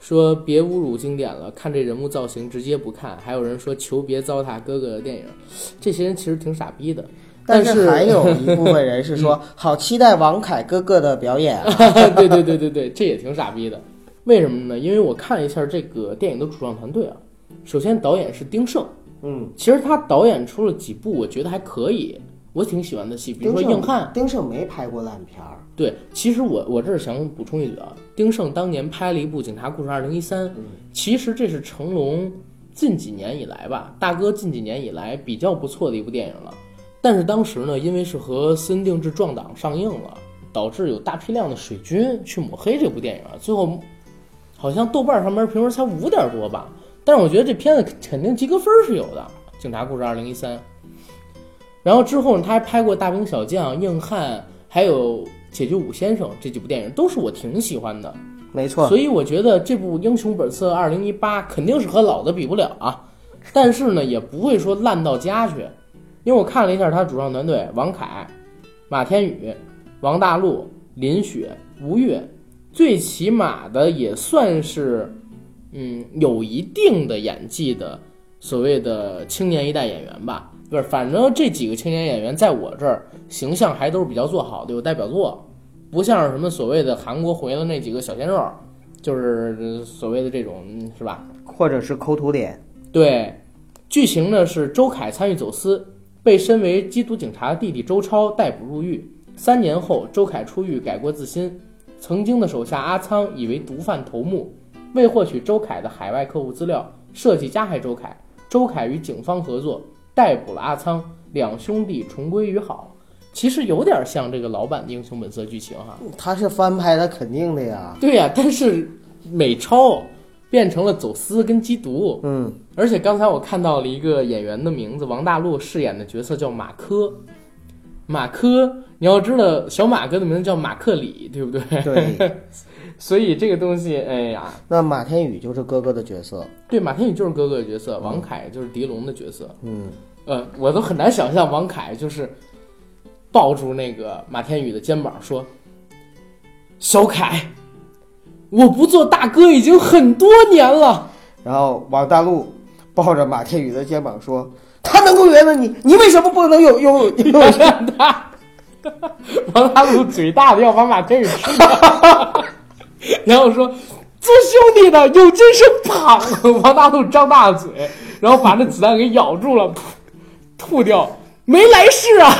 Speaker 1: 说别侮辱经典了，看这人物造型直接不看，还有人说求别糟蹋哥哥的电影，这些人其实挺傻逼的， [laughs] 但嗯
Speaker 2: 是还有一部分
Speaker 1: [laughs]
Speaker 2: 人是说，好期待王凯哥哥的表演啊。
Speaker 1: 对对对对对，这也挺傻逼的。为什么呢？因为我看了一下这个电影的主创团队啊，首先导演是丁晟，
Speaker 2: 嗯，
Speaker 1: 其实他导演出了几部，我觉得还可以。我挺喜欢的戏，比如
Speaker 2: 丁
Speaker 1: 说
Speaker 2: 晟
Speaker 1: 硬汉。
Speaker 2: 丁晟没拍过烂片儿，
Speaker 1: 对，其实我我这儿想补充一句啊，丁晟当年拍了一部《警察故事二零一三》，其实这是成龙近几年以来吧，大哥近几年以来比较不错的一部电影了。但是当时呢，因为是和森定制撞档上映了，导致有大批量的水军去抹黑这部电影啊，最后好像豆瓣上面评分才五点多吧。但是我觉得这片子肯定及格分儿是有的，《警察故事二零一三》。然后之后呢，他还拍过《大兵小将》《硬汉》，还有《解救武先生》这几部电影，都是我挺喜欢的。
Speaker 2: 没错，
Speaker 1: 所以我觉得这部《英雄本色2018》肯定是和老的比不了啊，但是呢，也不会说烂到家去，因为我看了一下他主创团队：王凯、马天宇、王大陆、林雪、吴越，最起码的也算是，嗯，有一定的演技的所谓的青年一代演员吧。不是，反正这几个青年演员在我这儿形象还都是比较做好的，有代表作，不像是什么所谓的韩国回来那几个小鲜肉，就是呃所谓的这种嗯是吧？
Speaker 2: 或者是抠图脸，
Speaker 1: 对，剧情呢是周凯参与走私，被身为缉毒警察的弟弟周超逮捕入狱。三年后，周凯出狱，改过自新。曾经的手下阿仓以为毒贩头目，为获取周凯的海外客户资料，设计加害周凯。周凯与警方合作，逮捕了阿仓，两兄弟重归于好。其实有点像这个老版的《英雄本色》剧情哈、啊
Speaker 2: 他是翻拍，他肯定的呀。
Speaker 1: 对呀、但是美钞变成了走私跟缉毒，
Speaker 2: 嗯，
Speaker 1: 而且刚才我看到了一个演员的名字，王大陆饰演的角色叫马科。马科，你要知道，小马哥的名字叫马克里，对不 [laughs] 对？
Speaker 2: [laughs] 对。
Speaker 1: 所以这个东西，哎呀，
Speaker 2: 那马天宇就是哥哥的角色，
Speaker 1: 对，马天宇就是哥哥的角色，王凯就是狄龙的角色。
Speaker 2: 嗯，
Speaker 1: 呃，我都很难想象王凯就是抱住那个马天宇的肩膀说：“小凯，我不做大哥已经很多年了。”
Speaker 2: 然后王大陆抱着马天宇的肩膀说：“他能够原谅你，你为什么不能有有有？ [laughs]
Speaker 1: 让他， [laughs] 王大陆嘴大的要把马天宇吃掉， [laughs] 然后说做兄弟的有真是胖。 [laughs] 王大陆张大嘴，然后把那子弹给咬住了，噗吐掉，没来世啊！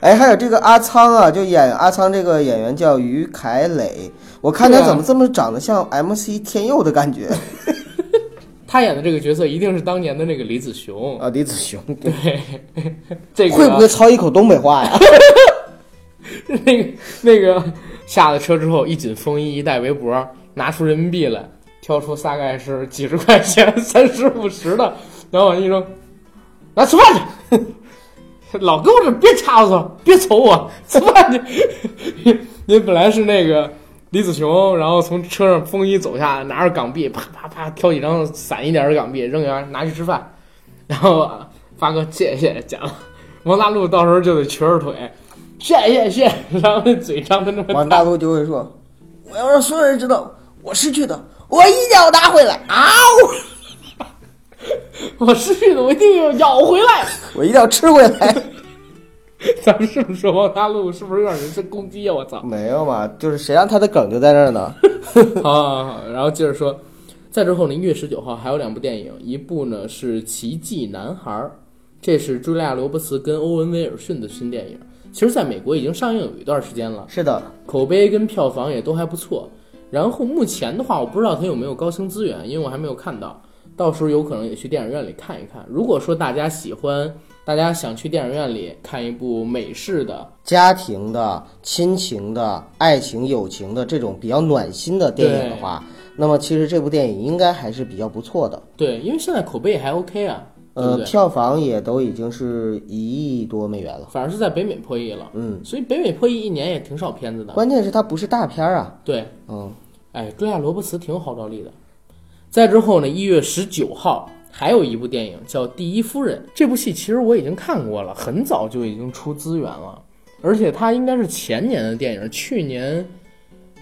Speaker 2: 哎，还有这个阿仓啊，就演阿仓这个演员叫于凯磊，我看他
Speaker 1: 对啊
Speaker 2: 怎么这么长得像 MC 天佑的感觉
Speaker 1: 他演的这个角色一定是当年的那个李子雄，
Speaker 2: [laughs] 啊？李子雄
Speaker 1: 对， [laughs] 这个
Speaker 2: 会不会操一口东北话 [laughs] 呀？
Speaker 1: [laughs] 那个那个下了车之后，一紧风衣，一戴围脖，拿出人民币来，挑出大概是几十块钱、三十五十的，然后往一扔，来吃饭去。 [laughs] 老跟我这别插嗦，别瞅我， [laughs] 吃饭去。 [laughs] 您本来是那个李子雄，然后从车上风衣走下，拿着港币，啪啪啪挑几张散一点的港币扔给他，拿去吃饭。然后发哥谢谢讲，王大陆到时候就得瘸着腿，谢谢谢，然后那嘴张的那么
Speaker 2: 王大陆就会说：“我要让所有人知道我失去的，我一定要拿回来！啊呜，
Speaker 1: 我失去的我一定要咬回来。
Speaker 2: [laughs]
Speaker 1: [laughs]
Speaker 2: 我一定要吃回来。
Speaker 1: 咱们是不是说王大陆是不是有点人身攻击呀、我”操！
Speaker 2: 没有嘛，就是谁让他的梗就在那儿
Speaker 1: [laughs]
Speaker 2: 呢？
Speaker 1: 啊，然后接着说，在之后呢，一月十九号还有两部电影，一部呢是《奇迹男孩》，这是茱莉亚·罗伯茨跟欧文·威尔逊的新电影。其实，在美国已经上映有一段时间了，
Speaker 2: 是的，
Speaker 1: 口碑跟票房也都还不错。然后目前的话，我不知道它有没有高清资源，因为我还没有看到，到时候有可能也去电影院里看一看。如果说大家喜欢，大家想去电影院里看一部美式的，
Speaker 2: 家庭的、亲情的、爱情、友情的这种比较暖心的电影的话，那么其实这部电影应该还是比较不错的。
Speaker 1: 对，因为现在口碑也还 OK 啊，对不
Speaker 2: 呃，
Speaker 1: 对？
Speaker 2: 票房也都已经是一亿多美元了。
Speaker 1: 反而是在北美破亿了，
Speaker 2: 嗯，
Speaker 1: 所以北美破亿一年也挺少片子的。
Speaker 2: 关键是它不是大片儿啊。
Speaker 1: 对，
Speaker 2: 嗯，
Speaker 1: 哎，茱莉亚·罗伯茨挺有号召力的。再之后呢，一月十九号还有一部电影叫《第一夫人》，这部戏其实我已经看过了，很早就已经出资源了，而且它应该是前年的电影，去年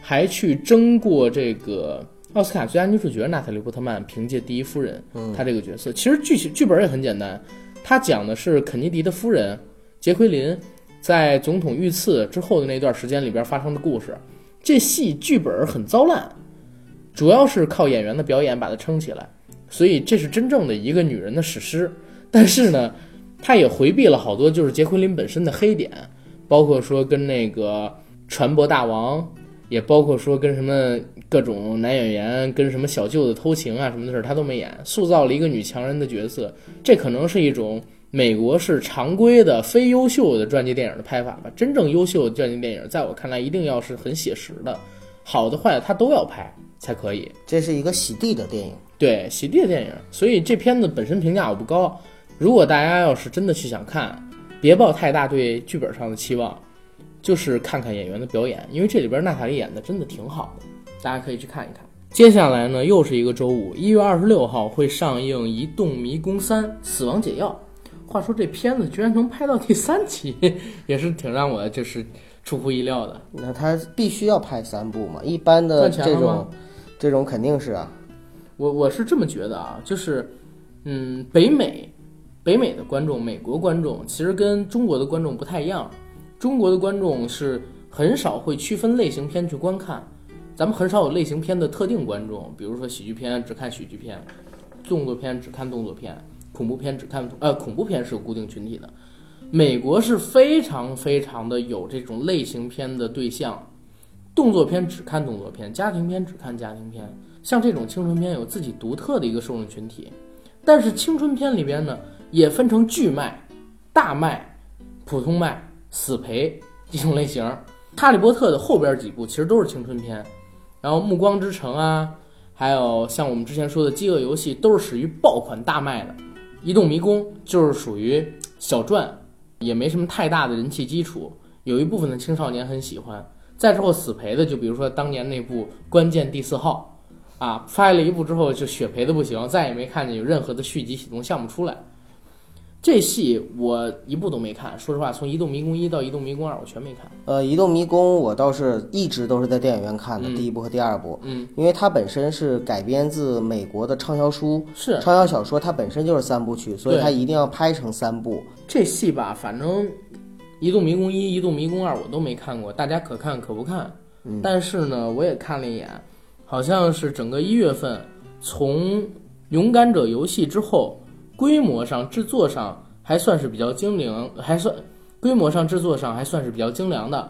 Speaker 1: 还去争过这个奥斯卡最佳女主角娜塔莉·波特曼，凭借《第一夫人》她这个角色。其实剧情剧本也很简单，它讲的是肯尼迪的夫人杰奎琳在总统遇刺之后的那段时间里边发生的故事。这戏剧本很糟烂，主要是靠演员的表演把它撑起来，所以这是真正的一个女人的史诗。但是呢，他也回避了好多就是杰奎琳本身的黑点，包括说跟那个船舶大王，也包括说跟什么各种男演员跟什么小舅子偷情啊什么的事儿，他都没演，塑造了一个女强人的角色。这可能是一种美国是常规的非优秀的传记电影的拍法吧。真正优秀的传记电影，在我看来一定要是很写实的，好的坏的他都要拍才可以。
Speaker 2: 这是一个洗地的电影。
Speaker 1: 对，喜地的电影，所以这片子本身评价我不高。如果大家要是真的去想看，别抱太大对剧本上的期望，就是看看演员的表演，因为这里边娜塔莉演的真的挺好的，大家可以去看一看。接下来呢，又是一个周五，一月二十六号会上映《移动迷宫三：死亡解药》。话说这片子居然能拍到第三集， [laughs] 也是挺让我就是出乎意料的。
Speaker 2: 那他必须要拍三部嘛？一般的
Speaker 1: 赚钱了
Speaker 2: 这
Speaker 1: 吗
Speaker 2: 种，这种肯定是啊，
Speaker 1: 我我是这么觉得啊，就是，嗯，北美，北美的观众，美国观众其实跟中国的观众不太一样，中国的观众是很少会区分类型片去观看，咱们很少有类型片的特定观众，比如说喜剧片只看喜剧片，动作片只看动作片，恐怖片只看呃恐怖片是有固定群体的，美国是非常非常的有这种类型片的对象，动作片只看动作片，家庭片只看家庭片。像这种青春片有自己独特的一个受众群体，但是青春片里边呢，也分成巨卖、大卖、普通卖、死赔这种类型。哈利波特的后边几部其实都是青春片，然后《暮光之城》啊，还有像我们之前说的《饥饿游戏》，都是属于爆款大卖的。《移动迷宫》就是属于小赚，也没什么太大的人气基础，有一部分的青少年很喜欢。再之后死赔的，就比如说当年那部《关键第四号》，啊，拍了一部之后就血赔的不行，再也没看见有任何的续集启动项目出来。这戏我一部都没看，说实话，从《移动迷宫一》到《移动迷宫二》，我全没看。
Speaker 2: 呃，《移动迷宫》我倒是一直都是在电影院看的，
Speaker 1: 嗯
Speaker 2: 第一部和第二部，
Speaker 1: 嗯，
Speaker 2: 因为它本身是改编自美国的畅销书，
Speaker 1: 是
Speaker 2: 畅销小说，它本身就是三部曲，所以
Speaker 1: 对
Speaker 2: 它一定要拍成三部。
Speaker 1: 这戏吧，反正《移动迷宫一》《移动迷宫二》我都没看过，大家可看可不看。但是呢，我也看了一眼，好像是整个一月份，从《勇敢者游戏》之后，规模上、制作上还算是比较精良，还算规模上、制作上还算是比较精良的。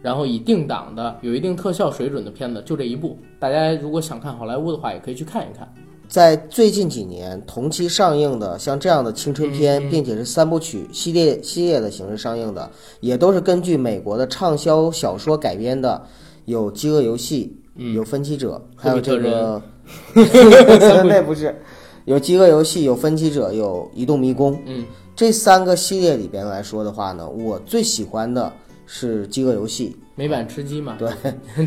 Speaker 1: 然后以定档的、有一定特效水准的片子，就这一部，大家如果想看好莱坞的话，也可以去看一看。
Speaker 2: 在最近几年同期上映的像这样的青春片，并且是三部曲系列系列的形式上映的，也都是根据美国的畅销小说改编的，有《饥饿游戏》，有《分歧者》，还有这 [laughs] 个，那不是，有《饥饿游戏》，有《分歧者》，有《移动迷宫》。
Speaker 1: 嗯，
Speaker 2: 这三个系列里边来说的话呢，我最喜欢的是《饥饿游戏》。
Speaker 1: 美版吃鸡嘛，对，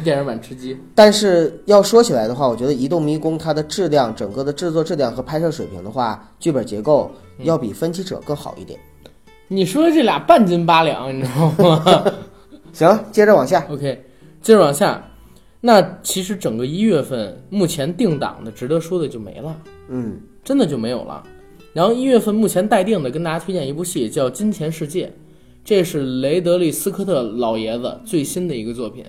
Speaker 1: 电影版吃鸡，
Speaker 2: 但是要说起来的话，我觉得《移动迷宫》它的质量、整个的制作质量和拍摄水平的话，剧本结构要比《分歧者》更好一点。
Speaker 1: 你说这俩半斤八两，你知道吗
Speaker 2: 行，接着往下，
Speaker 1: ？OK，接着往下，那其实整个一月份目前定档的值得说的就没了，
Speaker 2: 嗯，
Speaker 1: 真的就没有了。然后一月份目前待定的，跟大家推荐一部戏叫《金钱世界》，这是雷德利·斯科特老爷子最新的一个作品。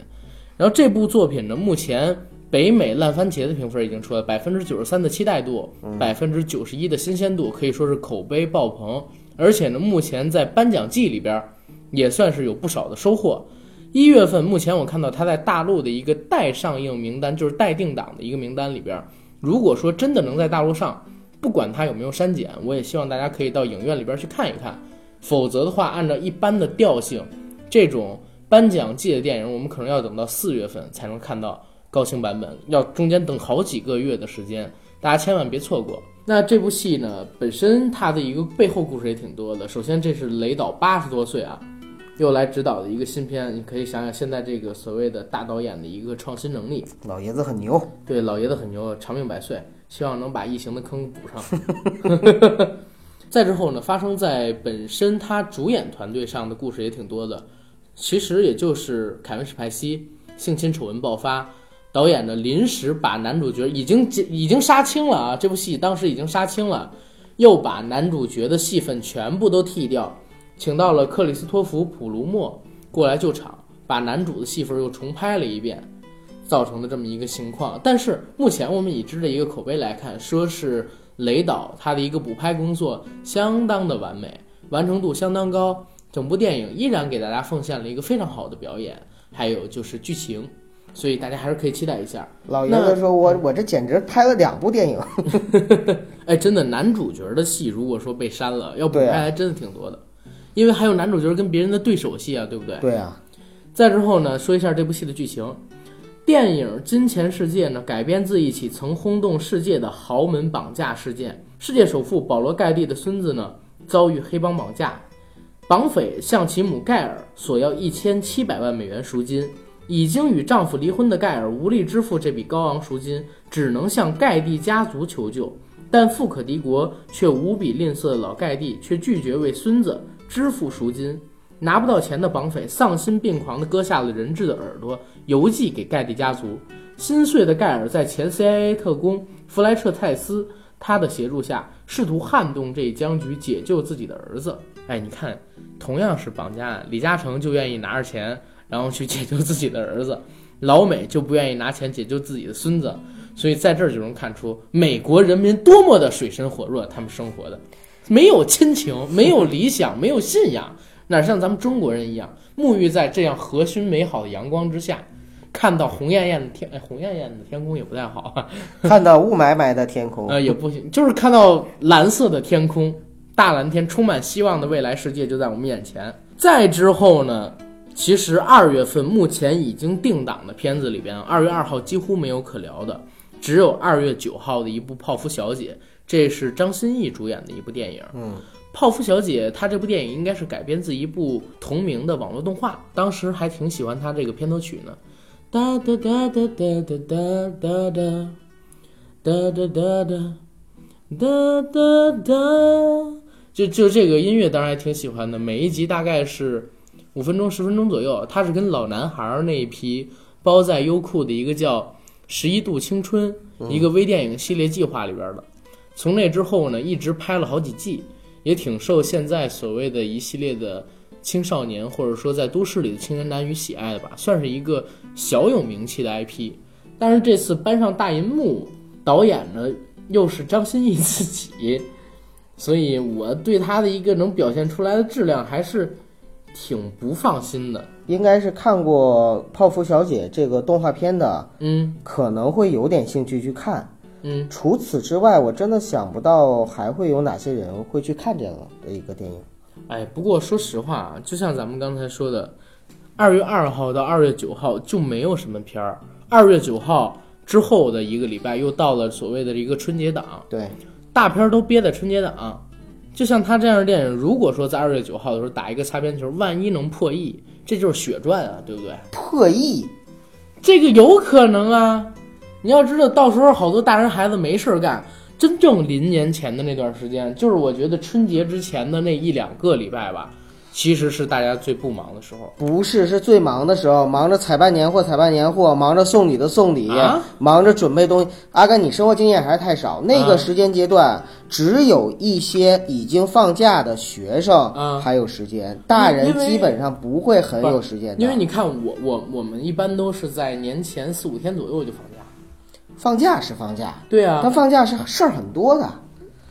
Speaker 1: 然后这部作品呢，目前北美烂番茄的评分已经出来，百分之九十三的期待度，百分之九十一的新鲜度，可以说是口碑爆棚。而且呢，目前在颁奖季里边儿也算是有不少的收获。一月份，目前我看到它在大陆的一个待上映名单，就是待定档的一个名单里边儿，如果说真的能在大陆上，不管它有没有删减，我也希望大家可以到影院里边儿去看一看。否则的话，按照一般的调性，这种颁奖季的电影，我们可能要等到四月份才能看到高清版本，要中间等好几个月的时间，大家千万别错过。那这部戏呢，本身它的一个背后故事也挺多的。首先，这是雷导八十多岁啊，又来执导的一个新片，你可以想想现在这个所谓的大导演的一个创新能力，
Speaker 2: 老爷子很牛。
Speaker 1: 对，老爷子很牛，长命百岁，希望能把异形的坑补上。再之后呢，发生在本身他主演团队上的故事也挺多的，其实也就是凯文·史派西性侵丑闻爆发，导演呢临时把男主角已经已经杀青了啊，这部戏当时已经杀青了，又把男主角的戏份全部都剃掉，请到了克里斯托弗·普鲁默过来救场，把男主的戏份又重拍了一遍。造成的这么一个情况。但是目前我们已知的一个口碑来看，说是雷导他的一个补拍工作相当的完美，完成度相当高，整部电影依然给大家奉献了一个非常好的表演，还有就是剧情，所以大家还是可以期待一下。
Speaker 2: 老爷子说：“我我这简直拍了两部电影。
Speaker 1: 哎，真的男主角的戏如果说被删了，要补
Speaker 2: 对
Speaker 1: 拍
Speaker 2: 啊
Speaker 1: 还真的挺多的，因为还有男主角跟别人的对手戏啊，对不对”？
Speaker 2: 对啊，
Speaker 1: 再之后呢，说一下这部戏的剧情。电影《金钱世界》呢，改编自一起曾轰动世界的豪门绑架事件。世界首富保罗·盖蒂的孙子呢，遭遇黑帮绑架，绑匪向其母盖尔索要一千七百万美元赎金。已经与丈夫离婚的盖尔无力支付这笔高昂赎金，只能向盖蒂家族求救。但富可敌国却无比吝啬的老盖蒂却拒绝为孙子支付赎金，拿不到钱的绑匪丧心病狂地割下了人质的耳朵，邮寄给盖蒂家族。心碎的盖尔在前 CIA 特工弗莱彻泰斯他的协助下，试图撼动这一僵局，解救自己的儿子。哎，你看，同样是绑架案，李嘉诚就愿意拿着钱，然后去解救自己的儿子；老美就不愿意拿钱解救自己的孙子。所以在这儿就能看出美国人民多么的水深火热，他们生活的没有亲情，没有理想，没有信仰，哪像咱们中国人一样沐浴在这样和煦美好的阳光之下，看到红艳艳的天，哎，红艳艳的天空也不太好啊，
Speaker 2: 看到雾霾霾的天空，
Speaker 1: 呃，也不行，就是看到蓝色的天空，大蓝天，充满希望的未来世界就在我们眼前。再之后呢，其实二月份目前已经定档的片子里边，二月二号几乎没有可聊的，只有二月九号的一部《泡芙小姐》，这是张歆艺主演的一部电影。
Speaker 2: 嗯，
Speaker 1: 《泡芙小姐》她这部电影应该是改编自一部同名的网络动画，当时还挺喜欢她这个片头曲呢。哒哒哒哒哒哒哒哒哒。哒哒哒哒哒哒哒，就就这个音乐当然还挺喜欢的。每一集大概是五分钟、十分钟左右。它是跟老男孩儿那一批包在优酷的一个叫《十一度青春》一个微电影系列计划里边的。从那之后呢，一直拍了好几季，也挺受现在所谓的一系列的青少年或者说在都市里的青年男女喜爱的吧，算是一个小有名气的 IP。但是这次搬上大银幕，导演呢又是张歆艺自己， [laughs] 所以我对他的一个能表现出来的质量还是挺不放心的。
Speaker 2: [laughs] 应该是看过《泡芙小姐》这个动画片的，
Speaker 1: 嗯
Speaker 2: 可能会有点兴趣去看。
Speaker 1: 嗯，
Speaker 2: 除此之外，我真的想不到还会有哪些人会去看这样的一个电影。
Speaker 1: 哎，不过说实话啊，就像咱们刚才说的，二月二号到二月九号就没有什么片儿。二月九号之后的一个礼拜，又到了所谓的一个春节档，
Speaker 2: 对，
Speaker 1: 大片儿都憋在春节档。就像他这样的电影，如果说在二月九号的时候打一个擦边球，万一能破亿，这就是血赚啊，对不对？
Speaker 2: 破译
Speaker 1: 这个有可能啊。你要知道，到时候好多大人孩子没事儿干，真正临年前的那段时间，就是我觉得春节之前的那一两个礼拜吧，其实是大家最不忙的时候。
Speaker 2: 不是，是最忙的时候，忙着采办年货，采办年货，忙着送礼的送礼，
Speaker 1: 啊
Speaker 2: 忙着准备东西。阿甘，你生活经验还是太少。那
Speaker 1: 啊
Speaker 2: 个时间阶段，只有一些已经放假的学
Speaker 1: 啊
Speaker 2: 生还有时间，大人
Speaker 1: 因为
Speaker 2: 基本上不会很有时间的。
Speaker 1: 因为你看我我我们一般都是在年前四五天左右就放假。
Speaker 2: 放假是放假，
Speaker 1: 对啊
Speaker 2: 但，放假是事儿很多的，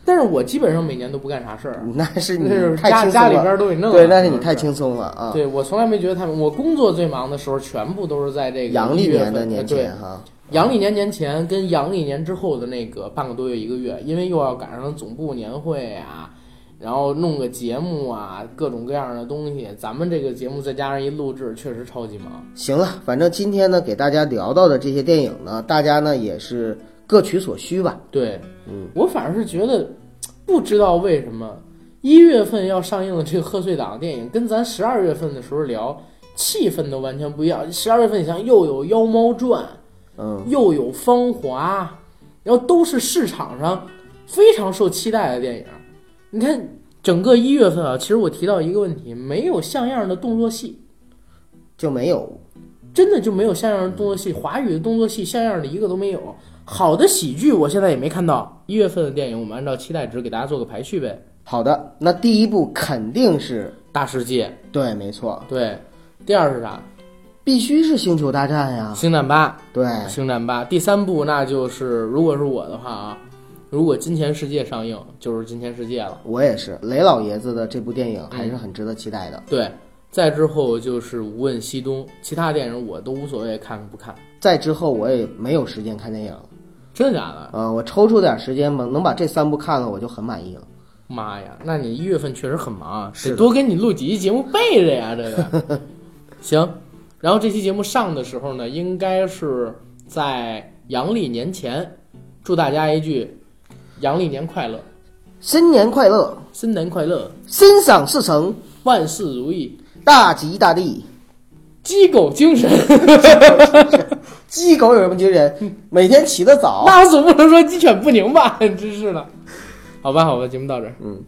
Speaker 1: 但是我基本上每年都不干啥事儿，啊
Speaker 2: 那是你
Speaker 1: 那是
Speaker 2: 太
Speaker 1: 家
Speaker 2: 轻松了。
Speaker 1: 家里边儿都给弄了啊
Speaker 2: 对，那是你
Speaker 1: 是不是
Speaker 2: 太轻松了啊！
Speaker 1: 对我从来没觉得他们。我工作最忙的时候，全部都是在这个
Speaker 2: 阳历
Speaker 1: 一月
Speaker 2: 年的
Speaker 1: 份
Speaker 2: 年
Speaker 1: 对
Speaker 2: 前哈，
Speaker 1: 阳历年年前跟阳历年之后的那个半个多月一个月，因为又要赶上总部年会啊，然后弄个节目啊，各种各样的东西。咱们这个节目再加上一录制，确实超级忙。
Speaker 2: 行了，反正今天呢，给大家聊到的这些电影呢，大家呢也是各取所需吧。
Speaker 1: 对，嗯，我反而是觉得，不知道为什么一月份要上映的这个贺岁档电影，跟咱十二月份的时候聊气氛都完全不一样。十二月份你像又有《妖猫传》，
Speaker 2: 嗯，
Speaker 1: 又有芳华，然后都是市场上非常受期待的电影。你看整个一月份啊，其实我提到一个问题，没有像样的动作戏，
Speaker 2: 就没有
Speaker 1: 真的就没有像样的动作戏，华语的动作戏像样的一个都没有。好的喜剧我现在也没看到。一月份的电影，我们按照期待值给大家做个排序呗。
Speaker 2: 好的。那第一步肯定是
Speaker 1: 大世界，
Speaker 2: 对，没错，
Speaker 1: 对。第二是啥？
Speaker 2: 必须是星球大战呀。
Speaker 1: 星战八，
Speaker 2: 对，
Speaker 1: 星战八。第三部那就是，如果是我的话啊，如果《金钱世界》上映，就是《金钱世界》了。
Speaker 2: 我也是，雷老爷子的这部电影还是很值得期待的。
Speaker 1: 对，再之后就是《无问西东》，其他电影我都无所谓看不看。
Speaker 2: 再之后我也没有时间看电影，
Speaker 1: 真的假的？
Speaker 2: 呃，我抽出点时间吧，能把这三部看了，我就很满意了。
Speaker 1: 妈呀，那你一月份确实很忙啊，
Speaker 2: 是
Speaker 1: 得
Speaker 2: 的
Speaker 1: 多给你录几期节目备着呀，这
Speaker 2: [laughs]
Speaker 1: 个。行，然后这期节目上的时候呢，应该是在阳历年前，祝大家一句阳历年快乐，
Speaker 2: 新年快乐，
Speaker 1: 新年快乐，
Speaker 2: 心想事成，
Speaker 1: 万事如意，
Speaker 2: 大吉大利。 [laughs]
Speaker 1: 鸡狗精神。 [laughs]
Speaker 2: 鸡狗有什么精神？每天起得早。
Speaker 1: 那总不能说鸡犬不宁吧？真是的。好吧，好吧，节目到这儿。
Speaker 2: 嗯。